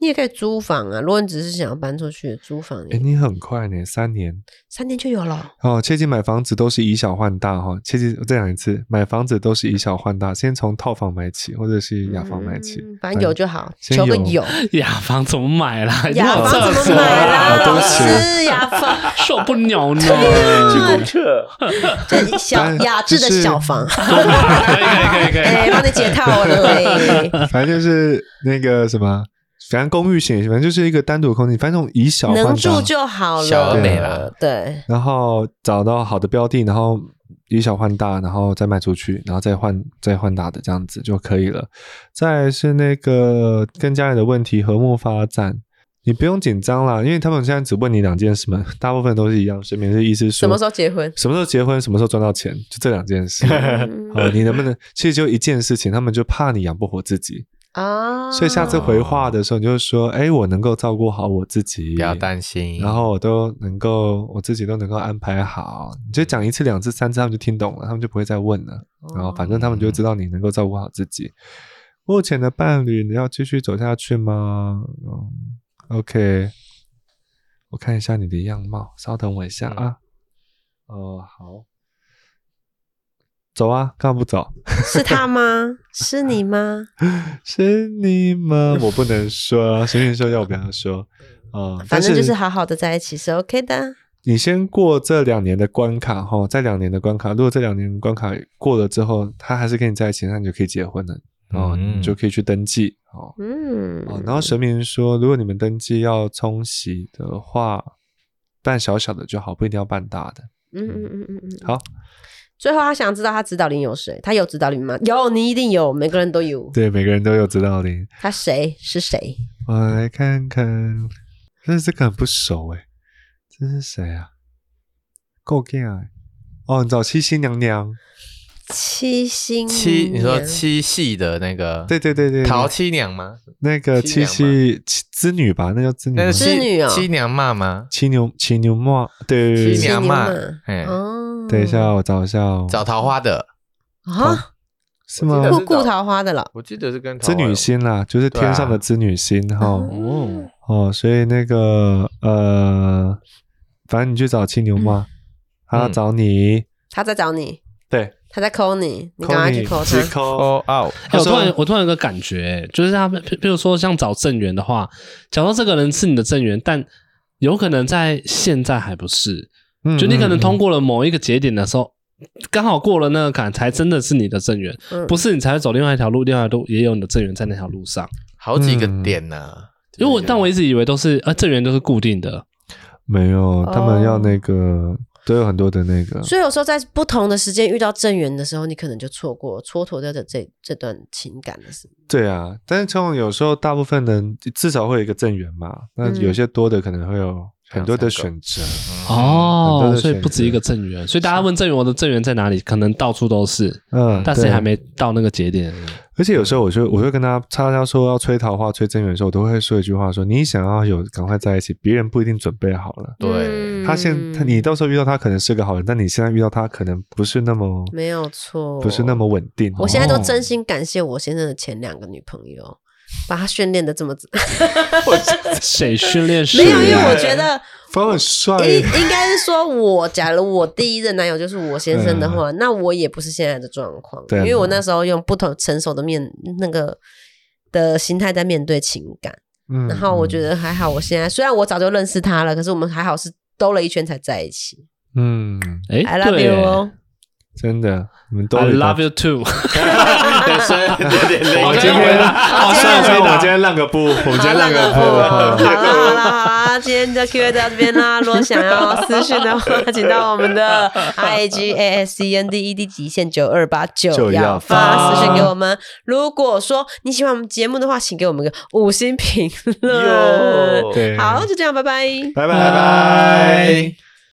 C: 你也可以租房啊，如果你只是想要搬出去，租房
A: 诶，你很快呢，三年
C: 三天就有了。
A: 哦，切记买房子都是以小换大哈、哦，切记我再讲一次，买房子都是以小换大，先从套房买起，或者是雅房买起，
C: 嗯反正有就好，
A: 哎先
C: 求个
A: 有
C: 有。
D: 雅房怎么买啦？
C: 雅房
D: 厕
C: 怎
D: 所
C: 么买啦？
D: 啊
A: 对
C: 老
A: 不起
C: 师，雅房
D: 受不了呢。
C: [laughs]
F: 撤，
A: [laughs]
C: 这小
A: 但
C: 雅致的
A: 就是啊 [laughs]
C: 小房，
D: 可以可以可以可以，
C: 哎，帮你解套了嘞。
A: 反正就是那个什么，反正公寓型，反正就是一个单独的空间，反正这种以小换大，
C: 能住就好了，
E: 小而
A: 美
E: 啦。
C: 对，
A: 然后找到好的标的，然后以小换大，然后再卖出去，然后再换再换大的这样子就可以了。再来是那个跟家里的问题和睦发展，你不用紧张啦，因为他们现在只问你两件事嘛，大部分都是一样，所以免是意思说
C: 什么时候结婚？嗯
A: 什么时候结婚，什么时候赚到钱，就这两件
E: [laughs]
A: 事。哦，你能不能？其实就一件事情，他们就怕你养不活自己，
C: 啊，
A: 所以下次回话的时候，你就说：“哎，我能够照顾好我自己，
E: 不要担
C: 嗯
E: 心。
A: 然后我都能够我自己都能够安排好，你就讲一次、两次、三次，他们就听懂了，他们就不会再问了。然后反正他们就知道你能够照顾好自
C: 嗯
A: 己。目前的伴侣，你要继续走下去吗？嗯，OK，我看一下你的样貌，稍等我一下啊。
C: 嗯
A: 哦、好，走啊，干嘛不走？ [laughs]
C: 是他吗？是你吗？
A: 是你吗？我不能说， [laughs] 随便说要我不要
C: [laughs]
A: 说。啊、
C: 反
A: [laughs] 但
C: 正就是好好的在一起是 OK 的。
A: 你先过这两年的关卡哈，在两年的关卡，如果这两年关卡过了之后，他还是跟你在一起，那你就可以结婚了，哦，
E: 嗯
A: 你就可以去登记哦。
C: 嗯，
A: 哦，然后神明说，如果你们登记要冲洗的话，办小小的就好，不一定要办大的。
C: 嗯嗯嗯嗯嗯，
A: 好。
C: 最后，他想知道他指导灵有谁？他有指导灵吗？有，你一定有，每个人都有。
A: 对，每个人都有指导灵。
C: 他谁是谁？
A: 我来看看，但是这个很不熟诶，这是谁啊？够 g 啊！哦，你找七星娘娘？
C: 七星
E: 七，你说
C: 娘
E: 七系的那个，
A: 对对对对，嗯
E: 陶七娘吗？
A: 那个
E: 七
A: 七
E: 娘
A: 夕七织女吧，那叫织女吗。
E: 那是
C: 织女
E: 七
C: 哦
E: 七娘骂吗？
A: 七牛七牛末，对对
E: 七
A: 对
C: 七
A: 对。
E: 娘
C: 娘
E: 骂
C: 嘛。
E: 哎，
C: 哦，
A: 等一下，我找一下哦。
E: 找桃花的，
C: 啊，
A: 是吗
E: 我记？得
C: 顾顾桃花的了。
E: 我记得是跟桃
A: 织
E: 花有
A: 女星啦，就是
E: 对啊
A: 天上的织女星哈。
D: 哦，
A: 哦，所以那个呃，反正你去找七牛末，他要找你。
C: 他在找你，
A: 对，
C: 他在 call 你，你
A: call
C: 赶快
A: 你
C: 去 call
A: 只
C: 他。
A: call。
E: 哦哦，
D: 哎我突然我突然有个感觉，哎就是他们，譬譬如说像找正缘的话，假如这个人是你的正缘，但有可能在现在还不是，
A: 嗯
D: 就你可能通
A: 嗯
D: 过了某一个节点的时候，刚好过了那个坎，才真的是你的正缘，
C: 嗯
D: 不是你才会走另外一条路，另外一条路也有你的正缘在那条路上。
E: 好几个
A: 嗯
E: 点呢。
D: 因为我但我一直以为都是啊，正缘都是固定的，
A: 没有，他们要
C: 哦
A: 那个都有很多的那个。
C: 所以有时候在不同的时间遇到正缘的时候，你可能就错过、蹉跎掉的这这段情感的事。
A: 对啊，但是通常有时候大部分人至少会有一个正缘嘛，那
C: 嗯
A: 有些多的可能会有很多的
E: 两三
A: 选择。很多
D: 哦
A: 的，
D: 所以
A: 选
D: 不止一
A: 择
D: 个正缘，所以大家问正缘，我的正缘在哪里？可能到处都是，
A: 嗯，
D: 但是
A: 对
D: 还没到那个节点而已。
A: 而且有时候我就我会跟他他他说要吹桃花、吹真缘的时候，我都会说一句话说：你想要有赶快在一起，别人不一定准备好了。
E: 对，
C: 嗯
A: 他现他你到时候遇到他可能是个好人，但你现在遇到他可能不是那么
C: 没有错，
A: 不是那么稳定。
C: 我现在都
A: 哦
C: 真心感谢我先生的前两个女朋友，把他训练的这么
D: 谁训练谁？
C: 没有，因为我觉得
A: 风很帅，
C: 应哎应该是说我，假如我第一任男友就是我先生的话，那我也不是现在的状况，
A: 嗯对
C: 因
A: 啊
C: 为我那时候用不同成熟的面那个的心态在面对情感，
A: 嗯
C: 然后我觉得还好，我现在虽然我早就认识他了，可是我们还好是兜了一圈才在一起。
A: 嗯，
D: 哎
C: I，love
D: 对
A: [laughs]
C: you 哦
A: 真的，你们都
D: I
A: 会打
D: love you too。
A: 我
D: 我
A: 今天，
C: 哦
A: 好像
D: 像
A: 我今天让个步，我们今天让个
C: 好啦
A: 步。
C: 好啦好啦，今天的 Q&A 到这边啦。如果想要私讯的话，请到我们的 I G A S C N D E D 极限九二八九
A: 就
C: 要
A: 要
C: 发
A: 发
C: 私讯给我们。如果说你喜欢我们节目的话，请给我们个五星评论。
A: 对，
C: 好，就这样，拜拜。
A: 拜拜拜拜。